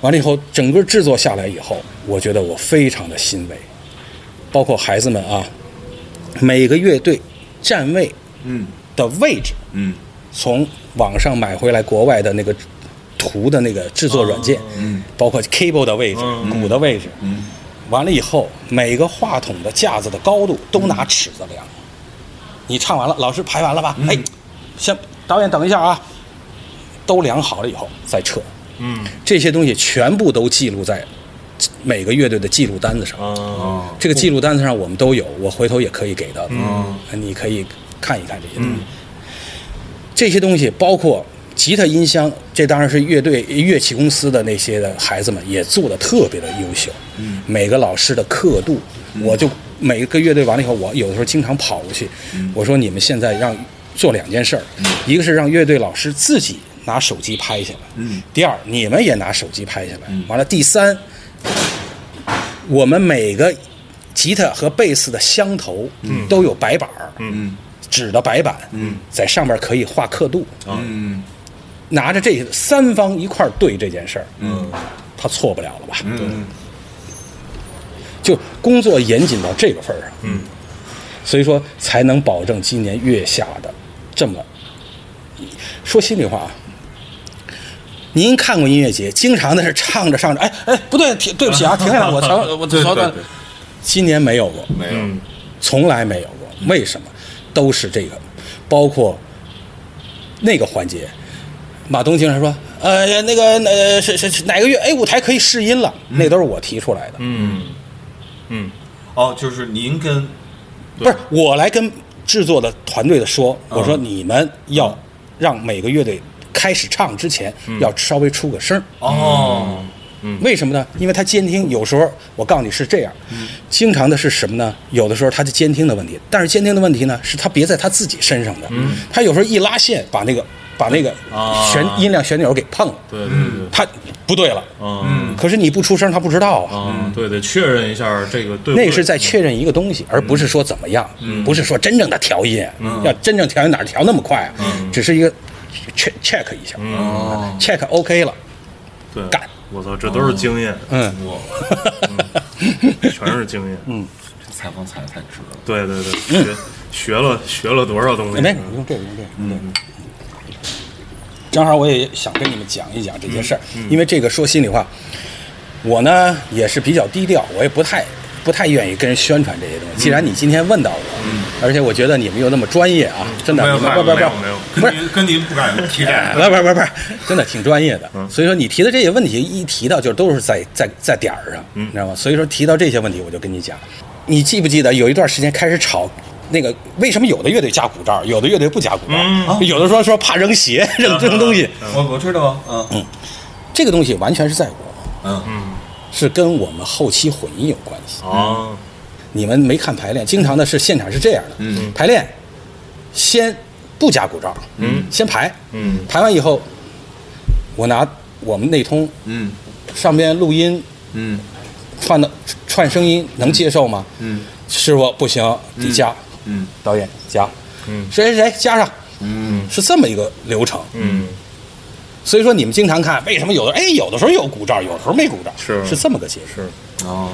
完了以后整个制作下来以后，我觉得我非常的欣慰，包括孩子们啊，每个乐队站位
嗯
的位置，
嗯
从网上买回来国外的那个图的那个制作软件，嗯，包括 cable 的位置、鼓的位置，嗯，完了以后，每个话筒的架子的高度都拿尺子量。你唱完了，老师排完了吧？哎，先导演等一下啊，都量好了以后再撤。
嗯
这些东西全部都记录在每个乐队的记录单子上。
啊，
这个记录单子上我们都有，我回头也可以给到你，啊你可以看一看这些东西。这些东西包括吉他音箱，这当然是乐队乐器公司的那些的孩子们也做的特别的优秀。每个老师的刻度，我就每个乐队完了以后，我有的时候经常跑过去，我说你们现在让做两件事儿，一个是让乐队老师自己拿手机拍下来，第二你们也拿手机拍下来，完了第三。我们每个吉他和贝斯的箱头都有白板儿，嗯，纸的白板，嗯，在上面可以画刻度，嗯，拿着这三方一块儿对这件事儿，嗯，他错不了了吧？嗯，就工作严谨到这个份儿上，嗯，所以说才能保证今年月下的这么。说心里话啊，您看过音乐节，经常的是唱着唱着，哎哎，不对，停，对不起啊，停下来，我调我
对
调
对
段
对。
今年没有过，
没有，
从来没有过，为什么？都是这个，包括那个环节，马东经常说，呃，那个呃，是是是哪个月？哎，舞台可以试音了，那都是我提出来的，
嗯
哦，就是您跟
不是我来跟制作的团队的说，我说你们要让每个乐队开始唱之前，要稍微出个声儿。
哦，
为什么呢？因为他监听，有时候我告诉你是这样，经常的是什么呢？有的时候他的监听的问题，但是监听的问题呢，是他别在他自己身上的，他有时候一拉线把那个把那个旋、音量旋钮给碰了，
对对对，啊
他不对了。
嗯
可是你不出声，他不知道啊。
啊，对得确认一下这个对不对。
那是在确认一个东西，而不是说怎么样，不是说真正的调音。啊要真正调音哪儿调那么快啊？只是一个 check check 一下、c h e c k OK 了，
对
干。
我操，这都是经验，
嗯，
全是经验。嗯，
这采访采的太值了，
对对对，学学了学了多少东西
没，？不用这个，不用这个。嗯，正好我也想跟你们讲一讲这些事儿，
嗯
因为这个说心里话，我呢也是比较低调，我也不太不太愿意跟人宣传这些东西。
嗯
既然你今天问到我，而且我觉得你们又那么专业啊，真的，
嗯没有
你们
没
不
有
不
没有
不
没有，
不是
跟您跟您不敢提这
不
个。
是不是不是不是，真的挺专业的。
嗯
所以说你提的这些问题一提到，就都是在在在点儿上，
嗯
你知道吗？所以说提到这些问题，我就跟你讲，你记不记得有一段时间开始吵。那个为什么有的乐队加鼓罩，有的乐队不加鼓罩？
嗯
啊
有的说说怕扔鞋、扔扔东西，
我我知道，嗯
这个东西完全是在我，
嗯
是跟我们后期混音有关系。
啊，
你们没看排练，经常的是现场是这样的，
嗯
排练先不加鼓罩，嗯，先排，
嗯，
排完以后，我拿我们那通
嗯
上边录音
嗯
串的串声音能接受吗？
嗯
师傅不行，得加，
嗯
导演加，
嗯
谁谁谁加上，
嗯
是这么一个流程。
嗯，
所以说你们经常看，为什么有的哎有的时候有鼓罩，有时候没鼓罩，
是
是这么个结果。
是，
哦，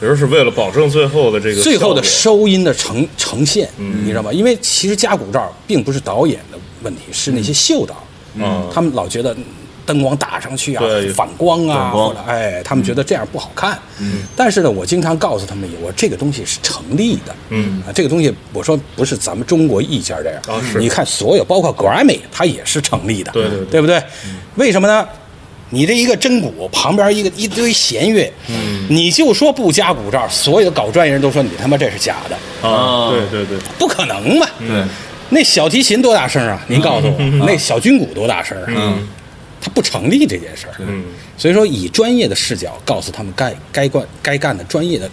比如是为了保证最后的这个
最后的
效嗯
收音的呈呈现，你知道吗？因为其实加鼓罩并不是导演的问题，是那些秀导，
嗯
他们老觉得灯光打上去啊
对，
反光啊，
反光
或者哎，他们觉得这样不好看。嗯，但是呢，我经常告诉他们，我这个东西是成立的。
嗯
啊，这个东西我说不是咱们中国一家这样，
啊是
你看所有包括 Grammy，它也是成立的，
对对对
不对？为什么呢？你这一个真鼓旁边一个一堆弦乐，嗯，你就说不加鼓罩，所有的搞专业人都说你他妈这是假的，
果啊，对对对，
不可能嘛？
对，
那小提琴多大声啊？您告诉我，那小军鼓多大声啊？
嗯
它不成立这件事儿。
嗯
所以说，以专业的视角告诉他们该该干该干的专业的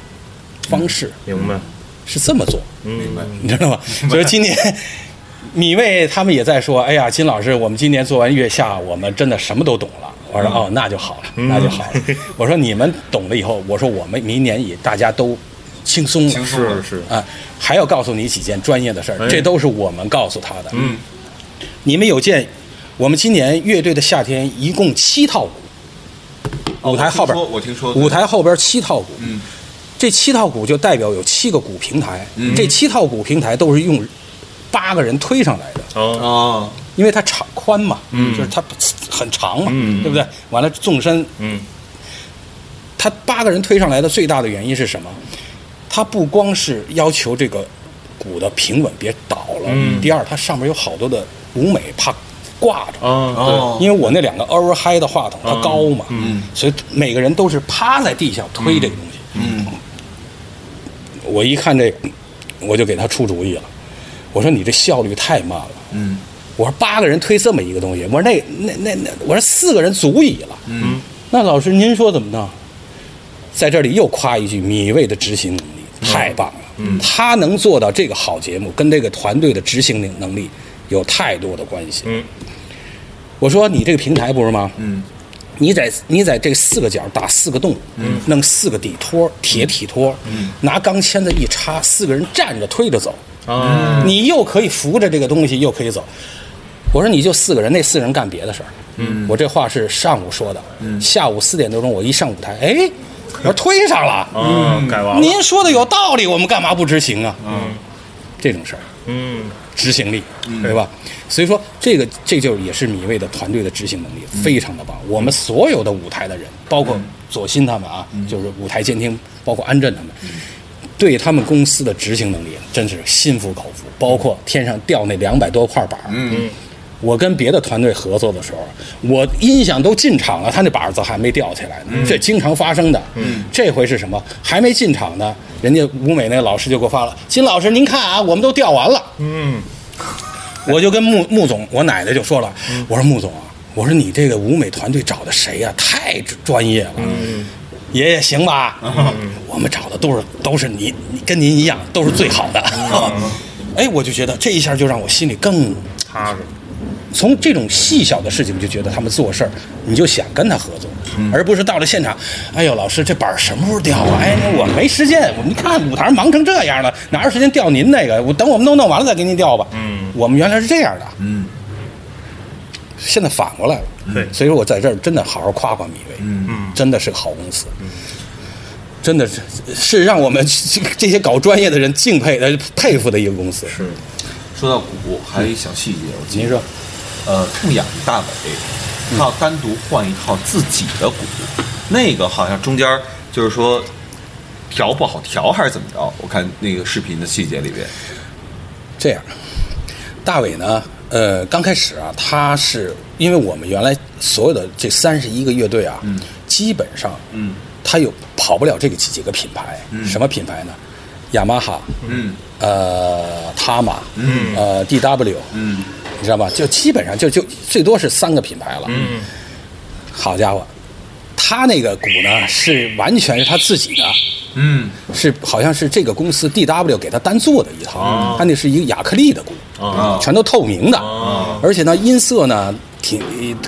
方式
明白，
是这么做，
嗯
明白，
你知道 吗？所以今年。米未他们也在说，哎呀，金老师，我们今年做完月下，我们真的什么都懂了。
嗯
我说、哦，那就好了，那就好了。我说你们懂了以后，我说我们明年也大家都轻松了，
轻松
是是，
啊，还要告诉你几件专业的事
哎
儿，这都是我们告诉他的。嗯，你们有见，我们今年乐队的夏天一共七套鼓，
哦
舞台后边，
我听说我听说对
舞台后边七套鼓，嗯，这七套鼓就代表有七个鼓平台，这七套鼓平台都是用八个人推上来的，
啊，
哦，
因为它长宽嘛，就是它很长嘛，对不对？完了纵深，
嗯，
它八个人推上来的最大的原因是什么？它不光是要求这个鼓的平稳别倒了，第二它上面有好多的舞美怕挂着。
啊，
因为我那两个 over high 的话筒，它高嘛，所以每个人都是趴在地下推这个东西。我一看这个，我就给他出主意了。我说你这效率太慢了。
嗯
我说八个人推这么一个东西，我说那那那那，我说四个人足以了。
嗯，
那老师您说怎么弄？在这里又夸一句米未的执行能力太棒了，嗯，他能做到这个好节目，跟这个团队的执行能能力有太多的关系。
嗯，
我说你这个平台不是吗？
嗯
你在你在这四个角打四个洞，嗯，弄四个底托，铁体托，嗯，拿钢钎子一插，四个人站着推着走，
啊，
你又可以扶着这个东西，又可以走。我说你就四个人，那四个人干别的事儿。嗯，我这话是上午说的，嗯，下午四点多钟我一上舞台，哎，我说推上了，
嗯，改完了，
您说的有道理，我们干嘛不执行啊？嗯，这种事儿，
嗯，
执行力，对吧？所以说，这个这就是也是米未的团队的执行能力非常的棒。我们所有的舞台的人，包括左鑫他们啊，就是舞台监听，包括安振他们，对他们公司的执行能力真是心服口服。包括天上掉那两百多块板，嗯，我跟别的团队合作的时候，我音响都进场了，他那板子还没掉起来呢，这经常发生的。嗯，这回是什么？还没进场呢，人家舞美那老师就给我发了，金老师您看啊，我们都掉完了。
嗯
我就跟穆穆总，我奶奶就说了，我说穆总啊，我说你这个舞美团队找的谁呀、太专业了。爷爷行吧？我们找的都是都是你，你跟您一样，都是最好的。 哎，我就觉得这一下就让我心里更
踏实，
从这种细小的事情就觉得他们做事儿，你就想跟他合作，而不是到了现场，哎呦，老师这板儿什么时候掉啊？哎，我没时间，我们看舞台忙成这样了，哪有时间调您那个？我等我们都弄完了再给您调吧。
嗯，
我们原来是这样的，
嗯，
现在反过来了。
对
所以说我在这儿真的好好夸夸米薇，嗯，真的是个好公司。真的是是让我们这这些搞专业的人敬佩的、佩服的一个公司。
是，
说到鼓，还有一小细节，我记
您
得，
说，
呃，痛仰大伟，
嗯
他要单独换一套自己的鼓，那个好像中间就是说调不好调还是怎么着？我看那个视频的细节里边，
这样，大伟呢，呃，刚开始啊，他是因为我们原来所有的这三十一个乐队啊，基本上，
嗯，
他有跑不了这个几几个品牌，什么品牌呢？雅马哈，
嗯
呃，塔玛，嗯，呃，DW，嗯，你知道吧？就基本上就就最多是三个品牌了，嗯，好家伙，他那个鼓呢是完全是他自己的，
嗯
是好像是这个公司 DW 给他单做的一套，他那是一个亚克力的鼓，
啊
全都透明的，而且呢音色呢挺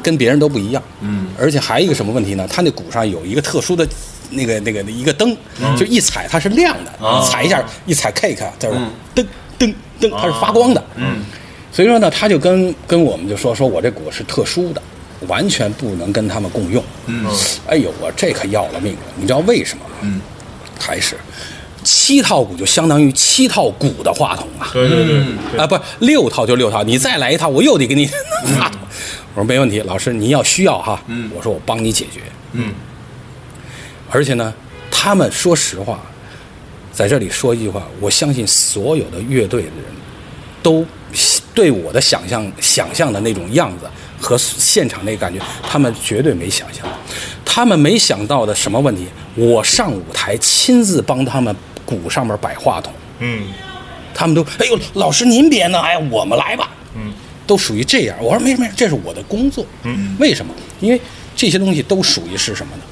跟别人都不一样，嗯，而且还有一个什么问题呢？他那鼓上有一个特殊的那个那个一个灯，就一踩它是亮的，踩一下一踩 cake 啊就是噔噔噔，它是发光的，嗯，所以说呢，他就跟跟我们就说，说我这鼓是特殊的，完全不能跟他们共用，嗯，哎呦，我这可要了命了，你知道为什么吗？嗯。还是七套鼓就相当于七套鼓的话筒啊，
对对对，
啊，不是六套就六套，你再来一套，我又得给你话筒。 我说没问题，老师您要需要哈，我说我帮你解决，嗯，而且呢，他们说实话，在这里说一句话，我相信所有的乐队的人都对我的想象想象的那种样子和现场那个感觉，他们绝对没想象。他们没想到的什么问题？我上舞台亲自帮他们鼓上面摆话筒，
嗯，
他们都哎呦，老师您别呢，哎呀，我们来吧，嗯，都属于这样。我说没事没事，这是我的工作，嗯，为什么？因为这些东西都属于是什么呢？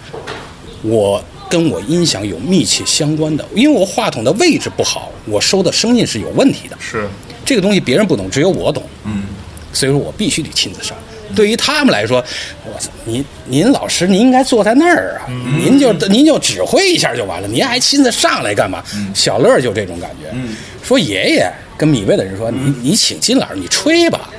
我跟我音响有密切相关的，因为我话筒的位置不好，我收的声音是有问题的，
是，
这个东西别人不懂，只有我懂。嗯，所以说我必须得亲自上。对于他们来说，我操，您您老师您应该坐在那儿啊，您就您就指挥一下就完了，您还亲自上来干嘛？小乐就这种感觉，说爷爷跟米未的人说，你你请金老师你吹吧，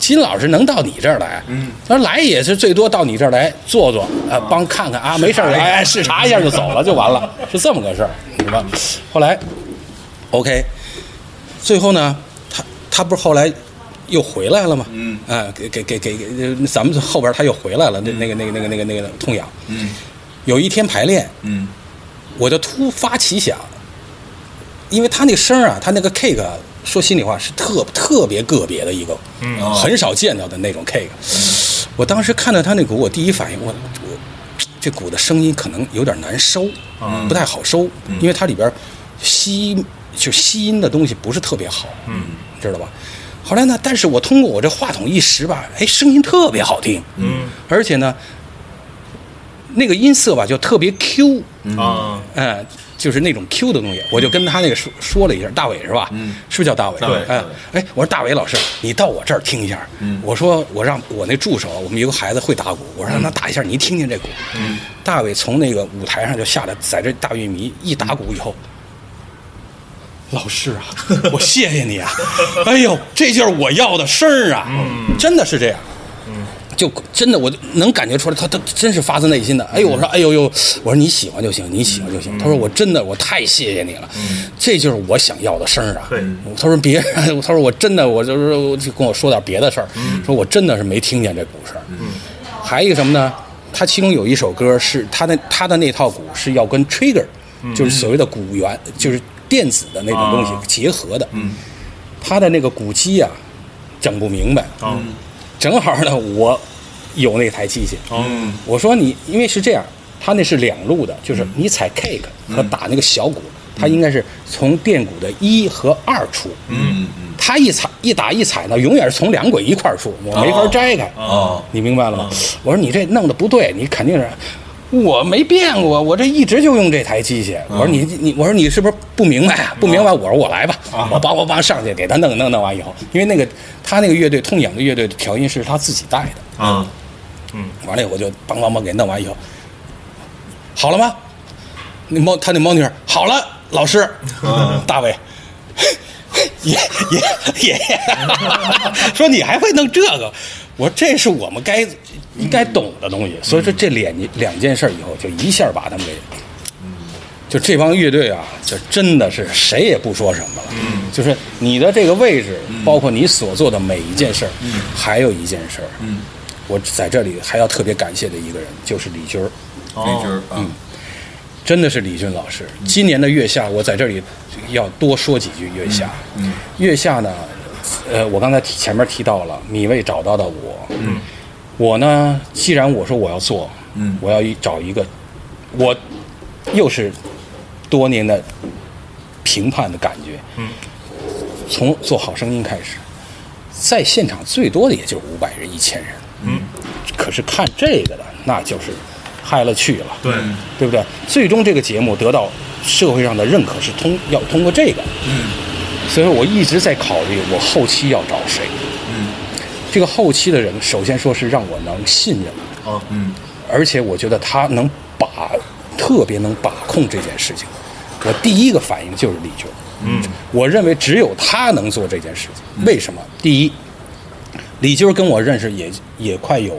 金老师能到你这儿来，他说来也是最多到你这儿来坐坐，呃，帮看看嗯啊，没事儿，哎，视察一下就走了就完了，是这么个事儿，你知道吧？后来，OK，最后呢，他他不是后来又回来了吗？嗯，啊，给给给给给，咱们后边他又回来了，那那个那个那个那个那个痛痒。嗯，有一天排练，
嗯
我就突发奇想，因为他那个声儿啊，他那个 cake，啊说心里话是特特别个别的一个，嗯
哦
很少见到的那种 cake。我当时看到他那鼓，我第一反应我我这鼓的声音可能有点难收，不太好收，因为它里边吸就吸音的东西不是特别好，嗯，知道吧？后来呢，但是我通过我这话筒一拾吧，哎，声音特别好听，嗯，而且呢，那个音色吧就特别 Q，嗯，
啊，
哎，就是那种 Q 的东西，我就跟他那个说说了一下，大伟是吧？嗯，是不是叫大伟？
大伟
哎
大伟
哎，我说大伟老师，你到我这儿听一下。嗯，我说我让我那助手，我们有个孩子会打鼓，我说让他打一下，你听听这鼓。嗯，大伟从那个舞台上就下来，在这大玉米一打鼓以后。老师啊， 我谢谢你啊！ 哎呦，这就是我要的声儿啊！真的是这样，就真的我能感觉出来，他他真是发自内心的。哎呦，我说，哎呦呦，我说你喜欢就行，你喜欢就行。他说我真的我太谢谢你了，这就是我想要的声儿啊
对。
他说别 人，他说我真的我就是我就跟我说点别的事儿，说我真的是没听见这鼓声。还有一个什么呢？他其中有一首歌是他的他的那套鼓是要跟 Trigger，就是所谓的鼓源，就是电子的那种东西
嗯啊
结合的。他的那个鼓机啊，整不明白。
啊，
正好呢，我有那台机器，
嗯
我说你，因为是这样，它那是两路的，就是你踩 kick 和
嗯
打那个小鼓，它应该是从电鼓的一和二出。嗯，它一踩一打一踩呢，永远是从两轨一块儿出，我没法摘开。
哦
你明白了吗？我说你这弄的不对，你肯定是。我没变过，我这一直就用这台机器。我说你你，我说你是不是不明白啊？不明白，我说我来吧，我帮我帮上去给他弄弄弄完以后，因为那个他那个乐队痛痒的乐队的调音师是他自己带的，
嗯
啊，
完了以后我就梆梆梆给弄完以后，好了吗？那猫他那猫女儿好了，老师，大伟。 爷爷爷爷 说你还会弄这个？我说这是我们该应该懂的东西，所以说这两两件事以后就一下把他们给，就这帮乐队啊，就真的是谁也不说什么了，就是你的这个位置，包括你所做的每一件事儿，还有一件事儿，我在这里还要特别感谢的一个人就是李军儿，
那就是
嗯
啊，
真的是李军老师。今年的月下，我在这里要多说几句月下。嗯，月下呢，呃，我刚才提前面提到了，米未找到的我。嗯，我呢，既然我说我要做，嗯，我要一找一个，我又是多年的评判的感觉。嗯，从做好声音开始，在现场最多的也就五百人、一千人。嗯，可是看这个的，那就是嗨了去了。
对，
对不对？最终这个节目得到社会上的认可是通要通过这个，嗯，所以我一直在考虑我后期要找谁，嗯，这个后期的人首先说是让我能信任，
哦，嗯，
而且我觉得他能把特别能把控这件事情，我第一个反应就是李军，嗯，我认为只有他能做这件事情，为什么？第一，李军跟我认识也也快有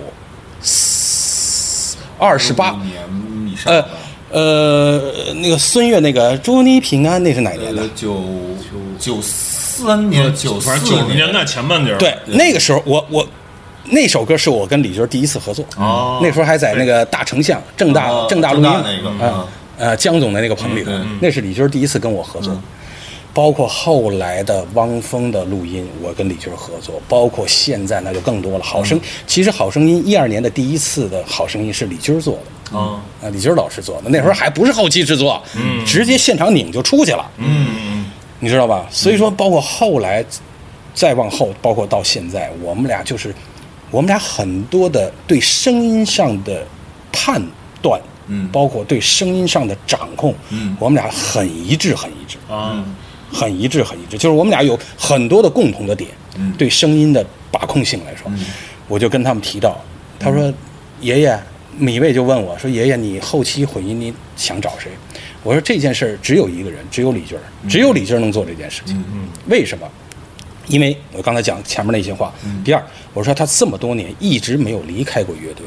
二十八
五年以上
呃
吧，
呃，那个孙悦那个“祝你平安”那是哪年的
呃？九九三年、九四
反正九十年
年
代前半截儿，
对，那个时候我我那首歌是我跟李军第一次合作，
哦
那时候还在那个大成像正大
哦
正大录音
正大那个
嗯
嗯
呃江总的那个棚里头，嗯那是李军第一次跟我合
嗯
作。包括后来的汪峰的录音，我跟李军合作，包括现在那就更多了。好
嗯
声，其实好声音一二年的第一次的好声音是李军做的，
啊，
啊，李军老师做的，那时候还不是后期制作，直接现场拧就出去了，
嗯，
你知道吧？所以说，包括后来，再往后，包括到现在，我们俩就是，我们俩很多的对声音上的判断，嗯，包括对声音上的掌控，嗯，我们俩很一致，很一致，
嗯啊，
很一致，很一致，就是我们俩有很多的共同的点，
嗯
对声音的把控性来说，我就跟他们提到，他说，
嗯
爷爷，米未就问我说，爷爷，你后期混音你想找谁？我说这件事儿只有一个人，只有李军儿，
嗯
只有李军儿能做这件事情。为什么？因为我刚才讲前面那些话。
嗯
第二，我说他这么多年一直没有离开过乐队，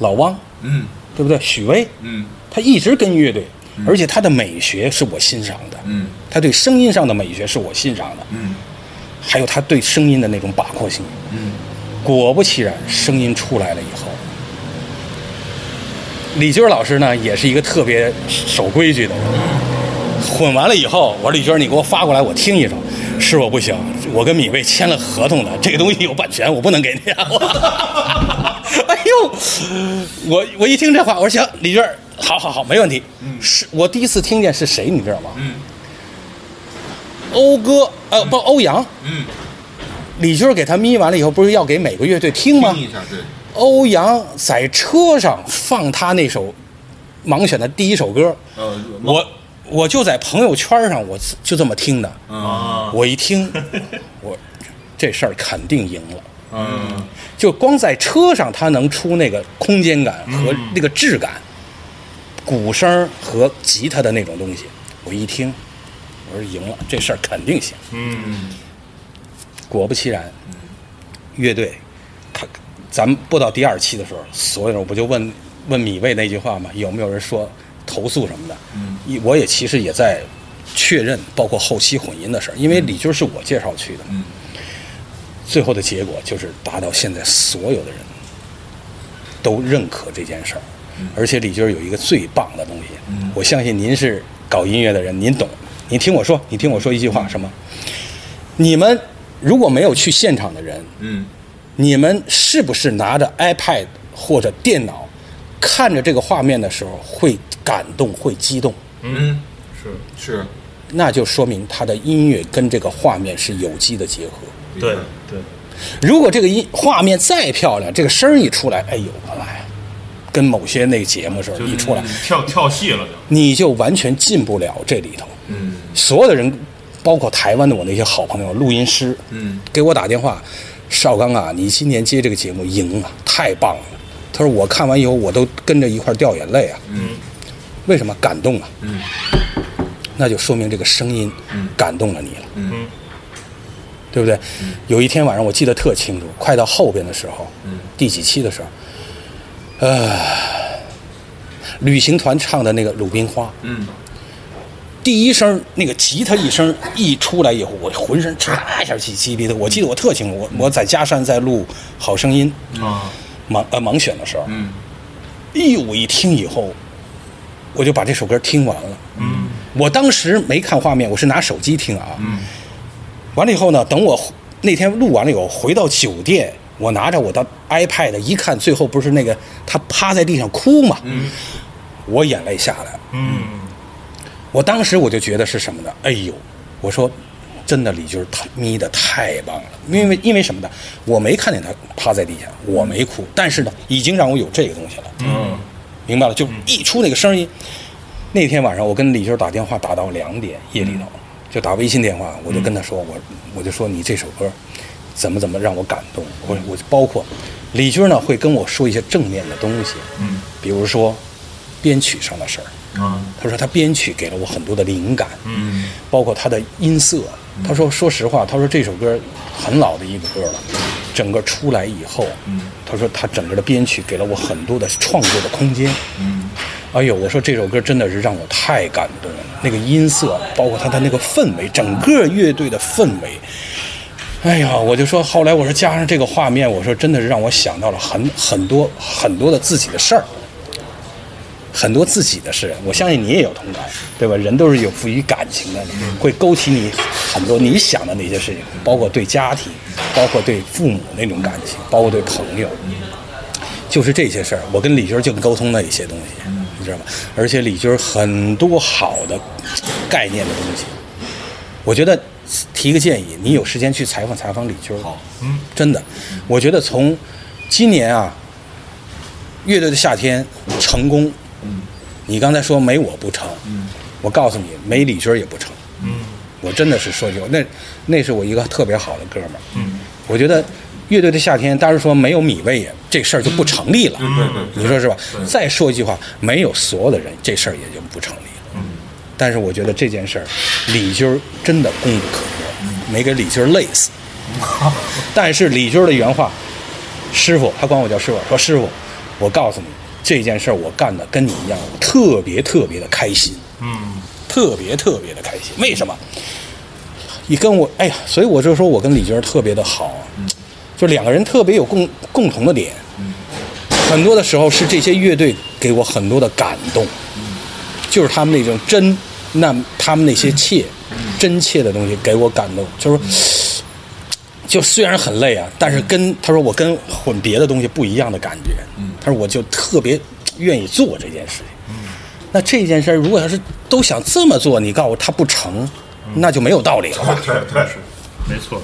老汪，
嗯
对不对？许巍，
嗯，
他一直跟乐队，而且他的美学是我欣赏的，
嗯，
他对声音上的美学是我欣赏的，
嗯，
还有他对声音的那种把控性，嗯，果不其然，声音出来了以后，李军老师呢也是一个特别守规矩的人，混完了以后，我说李军，你给我发过来，我听一首。是我不行，我跟米未签了合同的，这个东西有版权，我不能给你、啊。 哎呦，我我一听这话，我说行，李军，好好好，没问题。
嗯
是我第一次听见是谁，你知道吗？欧哥，呃，不，欧阳。
嗯。
李军给他眯完了以后，不是要给每个乐队听吗？
听一下，对，
欧阳在车上放他那首盲选的第一首歌，
呃，
我我就在朋友圈上，我就这么听的。
啊，
我一听，我这事儿肯定赢了。
嗯，
就光在车上，它能出那个空间感和那个质感，鼓声和吉他的那种东西。我一听，我说赢了，这事儿肯定行。
嗯，
果不其然，乐队，他咱们播到第二期的时候，所有人我不就问问米未那句话吗？有没有人说投诉什么的？嗯，我也其实也在确认，包括后期混音的事儿，因为李军是我介绍去的。嗯，最后的结果就是达到现在所有的人都认可这件事儿，而且李军有一个最棒的东西，我相信您是搞音乐的人，您懂。你听我说，你听我说一句话，什么？你们如果没有去现场的人，
嗯，
你们是不是拿着 iPad 或者电脑看着这个画面的时候会感动、会激动？
嗯，
是
是，
那就说明他的音乐跟这个画面是有机的结合。
对对，
如果这个音画面再漂亮，这个声儿一出来，哎呦我来，跟某些那个节目似的，
就
一出来，
跳跳戏了就，
你就完全进不了这里头。嗯，所有的人，包括台湾的我那些好朋友、录音师，嗯，给我打电话，邵刚啊，你今年接这个节目赢了，太棒了。他说我看完以后我都跟着一块儿掉眼泪啊。嗯，为什么感动啊？嗯，那就说明这个声音感动了你了。
嗯，
对不对？有一天晚上我记得特清楚，快到后边的时候，第几期的时候，呃，旅行团唱的那个《鲁冰花》，
嗯，
第一声那个吉他一声一出来以后，我浑身嚓一下起鸡皮疙瘩。我记得我特清楚，我我在嘉善在录《好声音》
啊，
盲呃盲选的时候，嗯，哎呦，我一听以后，我就把这首歌听完了。
嗯
我当时没看画面，我是拿手机听啊。嗯。完了以后呢，等我那天录完了以后，回到酒店，我拿着我的 iPad 一看，最后不是那个他趴在地上哭嘛？嗯。我眼泪下来了，
嗯
我当时我就觉得是什么呢？哎呦，我说。真的，李军他眯的太棒了，因为因为什么呢？我没看见他趴在地下，我没哭，但是呢，已经让我有这个东西了。
嗯，
明白了，就一出那个声音，那天晚上我跟李军打电话打到两点，夜里头
嗯
就打微信电话，我就跟他说，我我就说你这首歌怎么怎么让我感动，
嗯
我我就包括李军呢会跟我说一些正面的东西，嗯，比如说编曲上的事儿，
啊，
他说他编曲给了我很多的灵感，
嗯，
包括他的音色。他说：“说实话，他说这首歌很老的一个歌了，整个出来以后，他说他整个的编曲给了我很多的创作的空间。哎呦，我说这首歌真的是让我太感动了，那个音色，包括他的那个氛围，整个乐队的氛围。哎呀，我就说后来我说加上这个画面，我说真的是让我想到了很很多很多的自己的事儿。”很多自己的事，我相信你也有同感，对吧？人都是有赋予感情的，会勾起你很多你想的那些事情，包括对家庭，包括对父母那种感情，包括对朋友，就是这些事儿。我跟李军儿净沟通的一些东西，你知道吗？而且李军儿很多好的概念的东西，我觉得提个建议，你有时间去采访采访李军。好，嗯，真的，我觉得从今年啊，乐队的夏天成功，你刚才说没我不成，
嗯
我告诉你，没李军也不成。我真的是说句，那那是我一个特别好的哥们儿。
嗯
我觉得乐队的夏天，当然说没有米未也这事儿就不成立了。
嗯对对
你说是吧？再说一句话，没有所有的人，这事儿也就不成立
嗯
了。但是我觉得这件事儿，李军儿真的功不可
嗯
没，没给李军儿累 死。但是李军儿的原话，师傅，他管我叫师傅，说师傅，我告诉你，这件事儿我干的跟你一样，我特别特别的开心，
嗯
特别特别的开心。为什么？你跟我，哎呀，所以我就说我跟李军儿特别的好，就两个人特别有共共同的点。很多的时候是这些乐队给我很多的感动，就是他们那种真，那他们那些切，真切的东西给我感动，就是说。就虽然很累啊，但是跟他说我跟混别的东西不一样的感觉，他说我就特别愿意做这件事情。那这件事儿如果要是都想这么做，你告诉我他不成，那就没有道理了吧？
对对是，没错，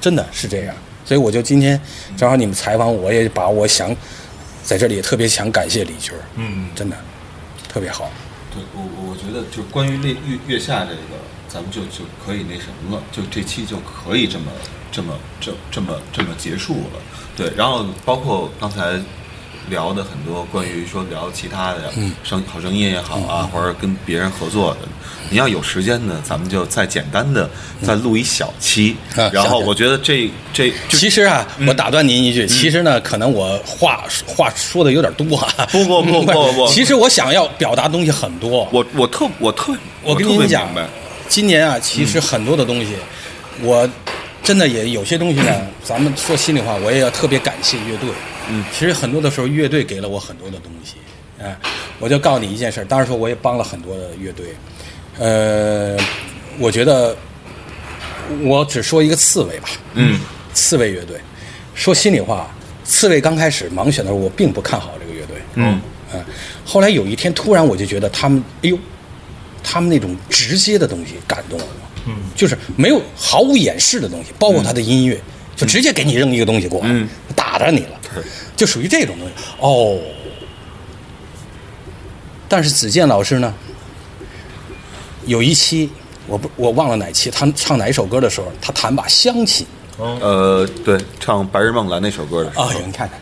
真的是这样。所以我就今天正好你们采访我，我也把我想在这里也特别想感谢李军，
嗯
真的特别好。
对，对我我我觉得就是关于那月月下这个，咱们就就可以那什么了，就这期就可以这么这么这这么这么结束了。对，然后包括刚才聊的很多关于说聊其他的
嗯
声好声音也好啊，或者跟别人合作的，你要有时间呢，咱们就再简单的再录一小期。
嗯啊
然后
行
我觉得这这就嗯
其实啊，我打断您一句，其实呢，可能我话话说的有点多啊。
不不不不不
其实我想要表达东西很多。
我我特我特
我跟
特别
您讲
明白，
今年啊，其实很多的东西，我真的也有些东西呢，咱们说心里话，我也要特别感谢乐队。嗯，其实很多的时候，乐队给了我很多的东西。哎，我就告诉你一件事儿，当然说我也帮了很多的乐队。呃，我觉得我只说一个刺猬吧。嗯，刺猬乐队，说心里话，刺猬刚开始盲选的时候，我并不看好这个乐队。嗯，啊，后来有一天突然我就觉得他们，哎呦，他们那种直接的东西感动了我，嗯，就是没有毫无掩饰的东西，包括他的音乐，就直接给你扔一个东西过来，嗯，打着你了，就属于这种东西哦。但是子健老师呢，有一期我不我忘了哪期，他唱哪一首歌的时候，他弹把乡亲，
呃，对，唱《白日梦蓝》那首歌的时候，
哎呦，你看看，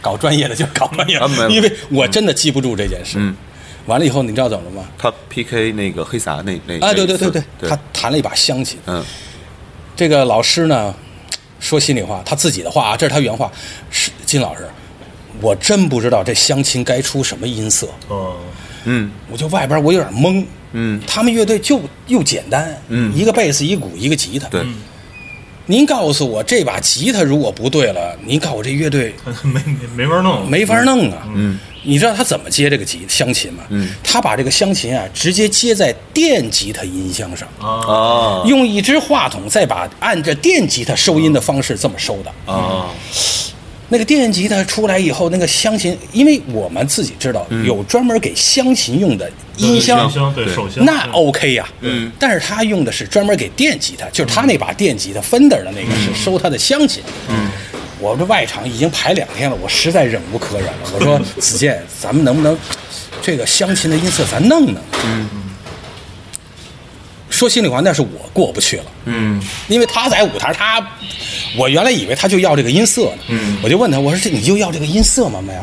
搞专业的就搞专业
啊没有，
因为我真的记不住这件事。嗯，完了以后，你知道怎么了吗？
他 PK 那个黑撒那那
啊，
那
对
一
对对
次
对，他弹了一把乡琴。
嗯，
这个老师呢，说心里话，他自己的话啊，这是他原话，是金老师，我真不知道这乡琴该出什么音色，
嗯，
我就外边我有点懵。嗯，他们乐队就又简单，嗯，一个贝斯，一鼓，一个吉他。
对，
嗯
您告诉我这把吉他如果不对了，您告诉我这乐队
没没没法弄，
没法弄啊。嗯，你知道他怎么接这个吉乡琴吗？嗯，他把这个乡琴啊直接接在电吉他音箱上，
啊
嗯
用一只话筒再把按着电吉他收音的方式这么收的。
啊，
那个电吉他出来以后，那个乡琴，因为我们自己知道有专门给乡琴用的音箱，
音箱对手箱
那 OK 呀、嗯，但是他用的是专门给电吉他，就是他那把电吉他 Fender 的那个是收他的乡琴，嗯。我这外场已经排两天了，我实在忍无可忍 了。我说子健，咱们能不能这个乡琴的音色咱弄弄？嗯，说心里话，那是我过不去了。嗯，因为他在舞台，他我原来以为他就要这个音色呢。嗯，我就问他，我说这你就要这个音色吗？没有，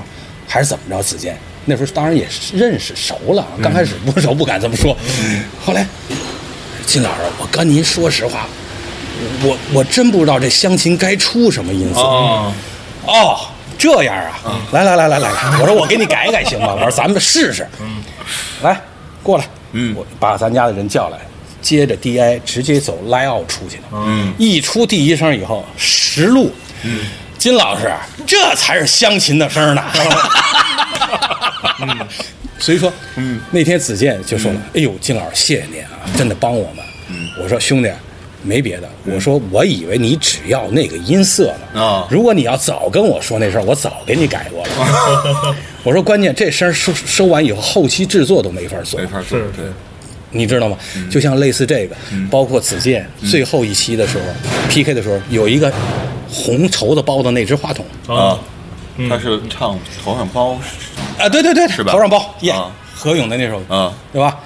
还是怎么着？子健嗯那时候当然也是认识熟了，刚开始不熟不敢这么说，后来金老师，我跟您说实话，我我真不知道这乡亲该出什么音色。
啊，
哦，这样啊，来来来来来，我说我给你改一改行吗？我说咱们试试，来过来，嗯，我把咱家的人叫来，接着 DI 直接走 line out 出去的，嗯，一出第一声以后，实录，嗯，金老师这才是乡琴的声呢。 所以说，嗯，那天子健就说了：“哎呦，金老师，谢谢您啊，真的帮我们。”嗯，我说兄弟，没别的，我说我以为你只要那个音色呢。
啊
如果你要早跟我说那事儿，我早给你改过 了。我说关键这声儿收收完以后，后期制作都没法做
没，法说，
是
对，
你知道吗？就像类似这个，包括子健最后一期的时候 PK 的时候，有一个红绸子包的那只话筒，
啊，
嗯
他是唱头上包
啊，对对对，
吧
头上包，耶、
啊
何勇的那首，
啊
对吧？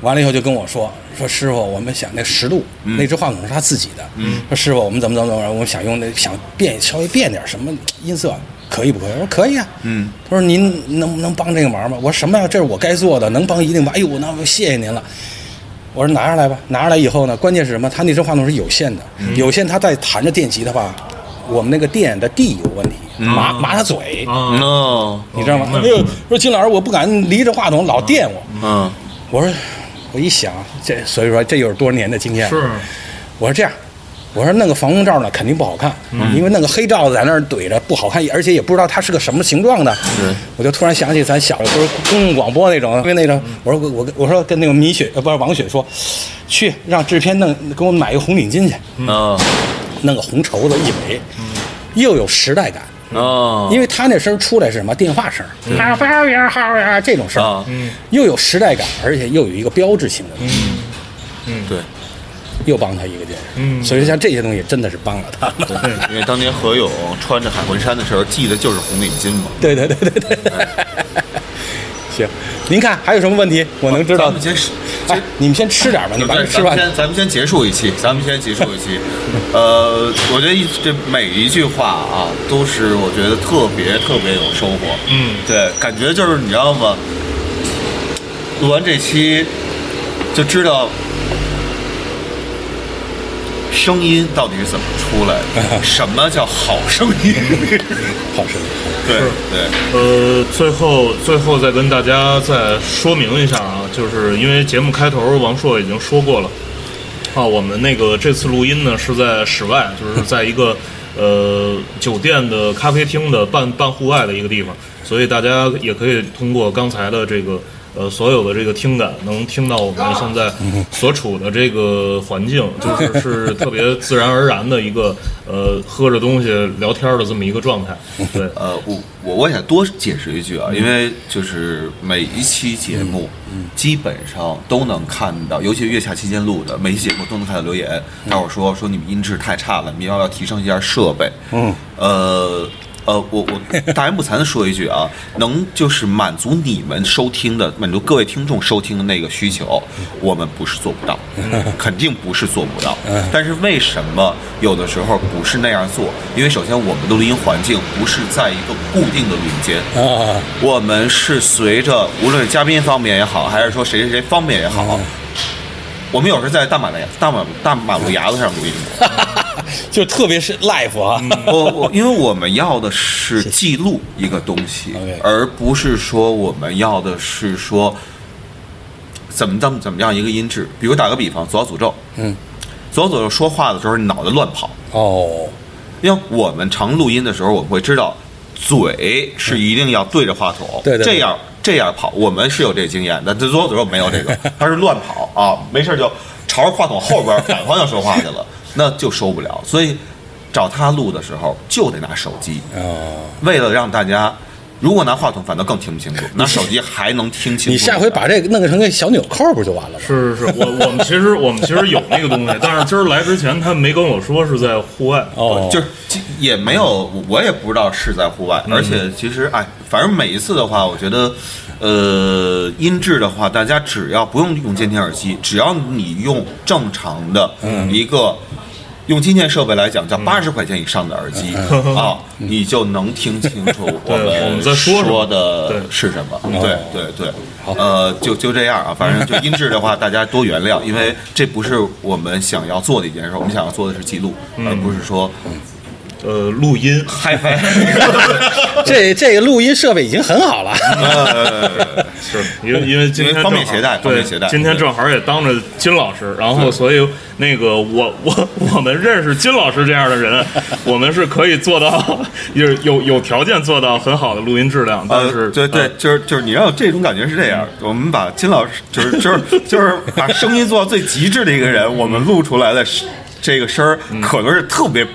完了以后就跟我说说师傅，我们想那实录、
嗯
那只话筒是他自己的，说师傅我们怎么怎么怎么，我们想用那想变稍微变点什么音色，可以不可以？我说可以啊，嗯，他说您能能帮这个忙吗？我说什么呀？这是我该做的，能帮一定帮。哎呦，那我谢谢您了。我说拿上来吧，拿上来以后呢，关键是什么？他那只话筒是有线的，
嗯
有线他在弹着电吉他吧，我们那个电的地有问题，
嗯
麻麻他嘴，
啊，
，no，
你知道吗？哎呦，说金老师，我不敢离着话筒，老电我。
嗯，
我说，我一想，这所以说这又是多少年的经验。
是，
我说这样，我说弄个防风罩呢，肯定不好看，因为弄个黑罩子在那儿怼着不好看，而且也不知道它是个什么形状的。我就突然想起咱小的时候公共广播那种，因为那种，我说我我我说跟那个米雪呃不是王雪说，去让制片弄给我买一个红领巾去，
嗯
啊
弄个红绸子一围，又有时代感。
嗯
啊，
因为他那声儿出来是什么电话声儿，啊，八呀号呀这种声儿
啊，
又有时代感，而且又有一个标志性的东西，
对，
又帮他一个劲儿。
嗯
所以像这些东西真的是帮了他。
因为当年何勇穿着海魂衫的时候，系的就是红领巾嘛，
对对对对对，行，您看还有什么问题？我能知道
咱们。先是
哎，你们先吃点吧，你
咱
把这
们
吃完。
先咱们先结束一期，咱们先结束一期。呃，我觉得一这每一句话啊，都是我觉得特别特别有收获。
嗯，
对，感觉就是你知道吗？录完这期就知道声音到底是怎么出来 的，什么叫好声音？
好吃。
对对，
呃，最后最后再跟大家再说明一下啊，就是因为节目开头王硕已经说过了啊，我们那个这次录音呢是在室外，就是在一个呃酒店的咖啡厅的半半户外的一个地方，所以大家也可以通过刚才的这个。呃，所有的这个听感能听到我们现在所处的这个环境，就是是特别自然而然的一个呃，喝着东西聊天的这么一个状态。对，
呃，我我我想多解释一句啊，因为就是每一期节目，基本上都能看到，尤其是月下期间录的，每一期节目都能看到留言，大伙儿说说你们音质太差了，你们要不要提升一下设备？嗯，呃。呃，我我大言不惭的说一句啊，能就是满足你们收听的，满足各位听众收听的那个需求，我们不是做不到，肯定不是做不到。但是为什么有的时候不是那样做？因为首先我们的录音环境不是在一个固定的录音间，
啊，
我们是随着无论是嘉宾方面也好，还是说谁谁谁方面也好，我们有时候在大马路大马大马路牙子上录音过。
就特别是 life 啊，
我我因为我们要的是记录一个东西
OK，
而不是说我们要的是说怎么怎么怎么样一个音质。比如打个比方，左小诅咒，
嗯，
左小诅咒说话的时候脑袋乱跑，
哦，
因为我们常录音的时候，我们会知道嘴是一定要对着话筒，
对对对
这样这样跑，我们是有这经验的。这左左右没有 这个，他是乱跑啊，没事就朝着话筒后边反方向说话去了，那就收不了。所以找他录的时候就得拿手机，
哦，
为了让大家。如果拿话筒，反倒更听不清楚；拿手机还能听清楚。
你下回把这个弄成个小纽扣不就完了吗？
是是是，我我们其实我们其实有那个东西，但是今儿来之前他没跟我说是在户外。
哦，
就是也没有，我我也不知道是在户外，
嗯
而且其实哎，反正每一次的话，我觉得，呃，音质的话，大家只要不用用监听耳机，只要你用正常的
嗯
一个。用今天设备来讲，叫八十块钱以上的耳机啊，你就能听清楚我
嗯 对我
们
们在说什么
说的
对哦
是什么。对对对，呃，就就这 样啊，反正就音质的话，大家多原谅，因为这不是我们想要做的一件事，我们想要做的是记录，
嗯
而不是说
呃，录音，
嗨 翻。
这这个录音设备已经很好了。
是因为因为今天正好
方便携带方
对
便携带
今天正好也当着金老师，然后所以那个我我我们认识金老师这样的人，我们是可以做到有有有条件做到很好的录音质量，但 是、啊
呃，对对，就是就是，你让这种感觉是这样。我们把金老师，就是就是就是把声音做到最极致的一个人，我们录出来的是这个声儿，可能是特别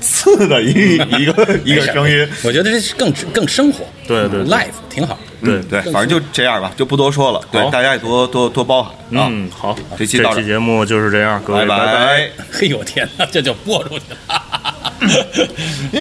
次的一 一个一个声音。
哎我觉得这是更更生活，
对对对
l i f e 挺好。
对
嗯对，反正就这样吧，就不多说了。对
好，
大家也多多多包涵啊。
嗯好，
这期到
这
这
期节目就是这样，各位
拜
哎
拜
拜。
嘿呦我天哪，这就播出去了。